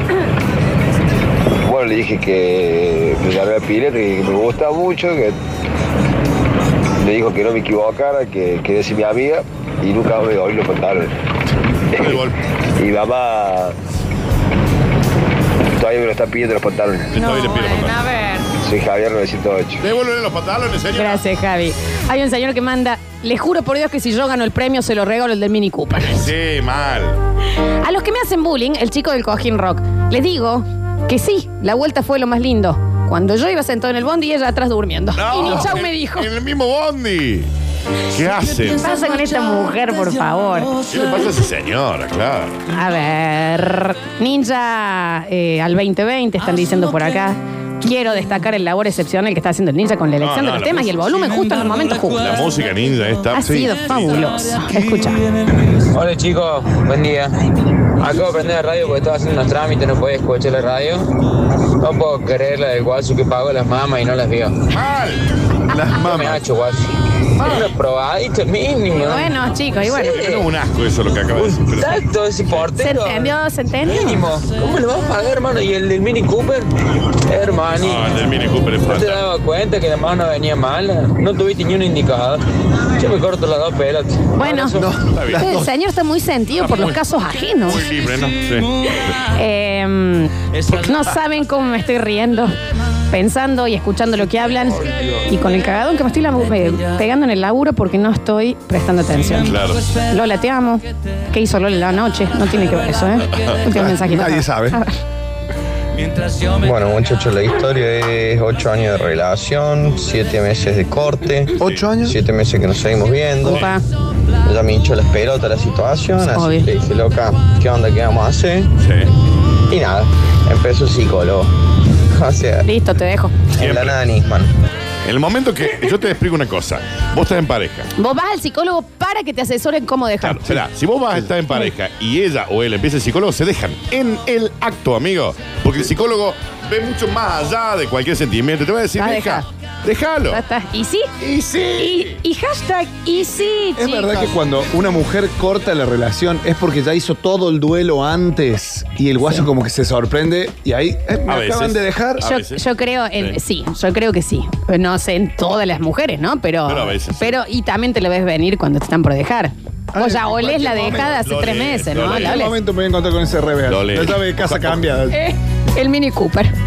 Speaker 18: bueno, le dije que me largué de la pileta, que me gustaba mucho, que me dijo que no me equivocara, que quería ser mi amiga y nunca me volví los pantalones. y mamá todavía me lo está pidiendo los pantalones.
Speaker 1: a ver.
Speaker 18: Soy Javier 908.
Speaker 2: Devuélvele los pantalones, señor.
Speaker 1: Gracias, Javi. Hay un señor que manda, le juro por Dios que si yo gano el premio se lo regalo el del Mini Cooper.
Speaker 2: Sí, mal.
Speaker 1: A los que me hacen bullying, el chico del cojín rock, les digo que sí, la vuelta fue lo más lindo. Cuando yo iba sentado en el bondi y ella atrás durmiendo.
Speaker 2: No,
Speaker 1: y ni chau
Speaker 2: en-
Speaker 1: me dijo.
Speaker 2: En el mismo bondi. ¿Qué
Speaker 1: ¿Qué
Speaker 2: hacen?
Speaker 1: pasa con esta mujer, por favor?
Speaker 2: ¿Qué le pasa a esa señora? Claro.
Speaker 1: A ver, Ninja eh, al 2020 están diciendo por acá. Quiero destacar el labor excepcional que está haciendo el Ninja con la
Speaker 2: No,
Speaker 1: elección de
Speaker 2: no,
Speaker 1: los
Speaker 2: la
Speaker 1: temas y el volumen justo en los momentos justos.
Speaker 2: La música ninja está.
Speaker 1: Ha
Speaker 2: sí.
Speaker 1: sido fabuloso. Escucha.
Speaker 17: Hola chicos, buen día. Acabo de prender la radio porque estaba haciendo unos trámites, no podía escuchar la radio. No puedo creer la del guaso que pagó las mamas y no las vio.
Speaker 2: Las mamas.
Speaker 17: Me ha hecho guaso. Era una probadita mínimo.
Speaker 1: Bueno, chicos, y bueno.
Speaker 17: Sí.
Speaker 2: Es un asco eso lo que acaba de decir. pero-
Speaker 17: Exacto, ese
Speaker 1: ¿Se
Speaker 17: portero.
Speaker 1: entendió? ¿Se entendió?
Speaker 17: Mínimo. ¿Cómo le vas a pagar, hermano? ¿Y el del Mini Cooper?
Speaker 2: No,
Speaker 17: Hermano.
Speaker 2: Ah, el del Mini Cooper es
Speaker 17: ¿No te
Speaker 2: fatal.
Speaker 17: dabas cuenta que la mano venía mala? No tuviste ni un indicador. Yo me corto las dos pelotas.
Speaker 1: Bueno,
Speaker 17: está bien.
Speaker 1: el señor está muy sentido por los casos ajenos.
Speaker 2: Muy libre, ¿no? Sí.
Speaker 1: Eh, no saben cómo me estoy riendo, pensando y escuchando lo que hablan y con el cagadón que me estoy la- me- pegando en el laburo porque no estoy prestando atención.
Speaker 2: Claro.
Speaker 1: Lola, te amo. ¿Qué hizo Lola la noche? No tiene que ver eso, ¿eh? Último mensajito.
Speaker 3: Nadie sabe.
Speaker 1: A ver.
Speaker 19: Bueno, muchachos, la historia es 8 años de relación, 7 meses de corte. ¿8 años? 7 meses que nos seguimos viendo.
Speaker 1: Opa.
Speaker 19: Ya me hinchó las pelotas la situación, así
Speaker 1: Obvio.
Speaker 19: que le dije, loca, ¿qué onda? ¿Qué vamos a hacer? Y nada, empezó el psicólogo. O sea,
Speaker 1: Listo, te dejo.
Speaker 2: Siempre. En el momento que. Yo te explico una cosa. Vos estás en pareja.
Speaker 1: Vos vas al psicólogo para que te asesoren cómo dejar.
Speaker 2: Será, si vos vas a estar en pareja y ella o él empieza el psicólogo, se dejan en el acto, amigo. Porque el psicólogo ve mucho más allá de cualquier sentimiento. Te va a decir,
Speaker 1: Ah,
Speaker 2: deja,
Speaker 1: deja.
Speaker 2: déjalo.
Speaker 1: Ya está. ¿Y sí?
Speaker 2: ¿Y sí?
Speaker 1: Y, y hashtag y sí,
Speaker 3: Es verdad que
Speaker 1: chicos.
Speaker 3: cuando una mujer corta la relación es porque ya hizo todo el duelo antes y el guaso como que se sorprende y ahí eh, me
Speaker 2: A
Speaker 3: acaban
Speaker 2: veces.
Speaker 3: de dejar.
Speaker 2: A
Speaker 1: Yo,
Speaker 2: veces.
Speaker 1: yo creo, en, sí. yo creo que sí. No sé en todas las mujeres, ¿no? Pero,
Speaker 2: Pero a veces, sí.
Speaker 1: pero- y también te lo ves venir cuando te están por dejar. Vos ya olés la dejada hace
Speaker 3: Lo
Speaker 1: tres
Speaker 3: lees,
Speaker 1: meses,
Speaker 3: lo
Speaker 1: ¿no?
Speaker 3: lees.
Speaker 1: La
Speaker 3: En
Speaker 1: olés.
Speaker 3: algún momento me voy a encontrar con ese
Speaker 2: Lo
Speaker 3: rebelde.
Speaker 2: lees.
Speaker 3: Ya sabe, casa cambia.
Speaker 1: Eh, el Mini Cooper.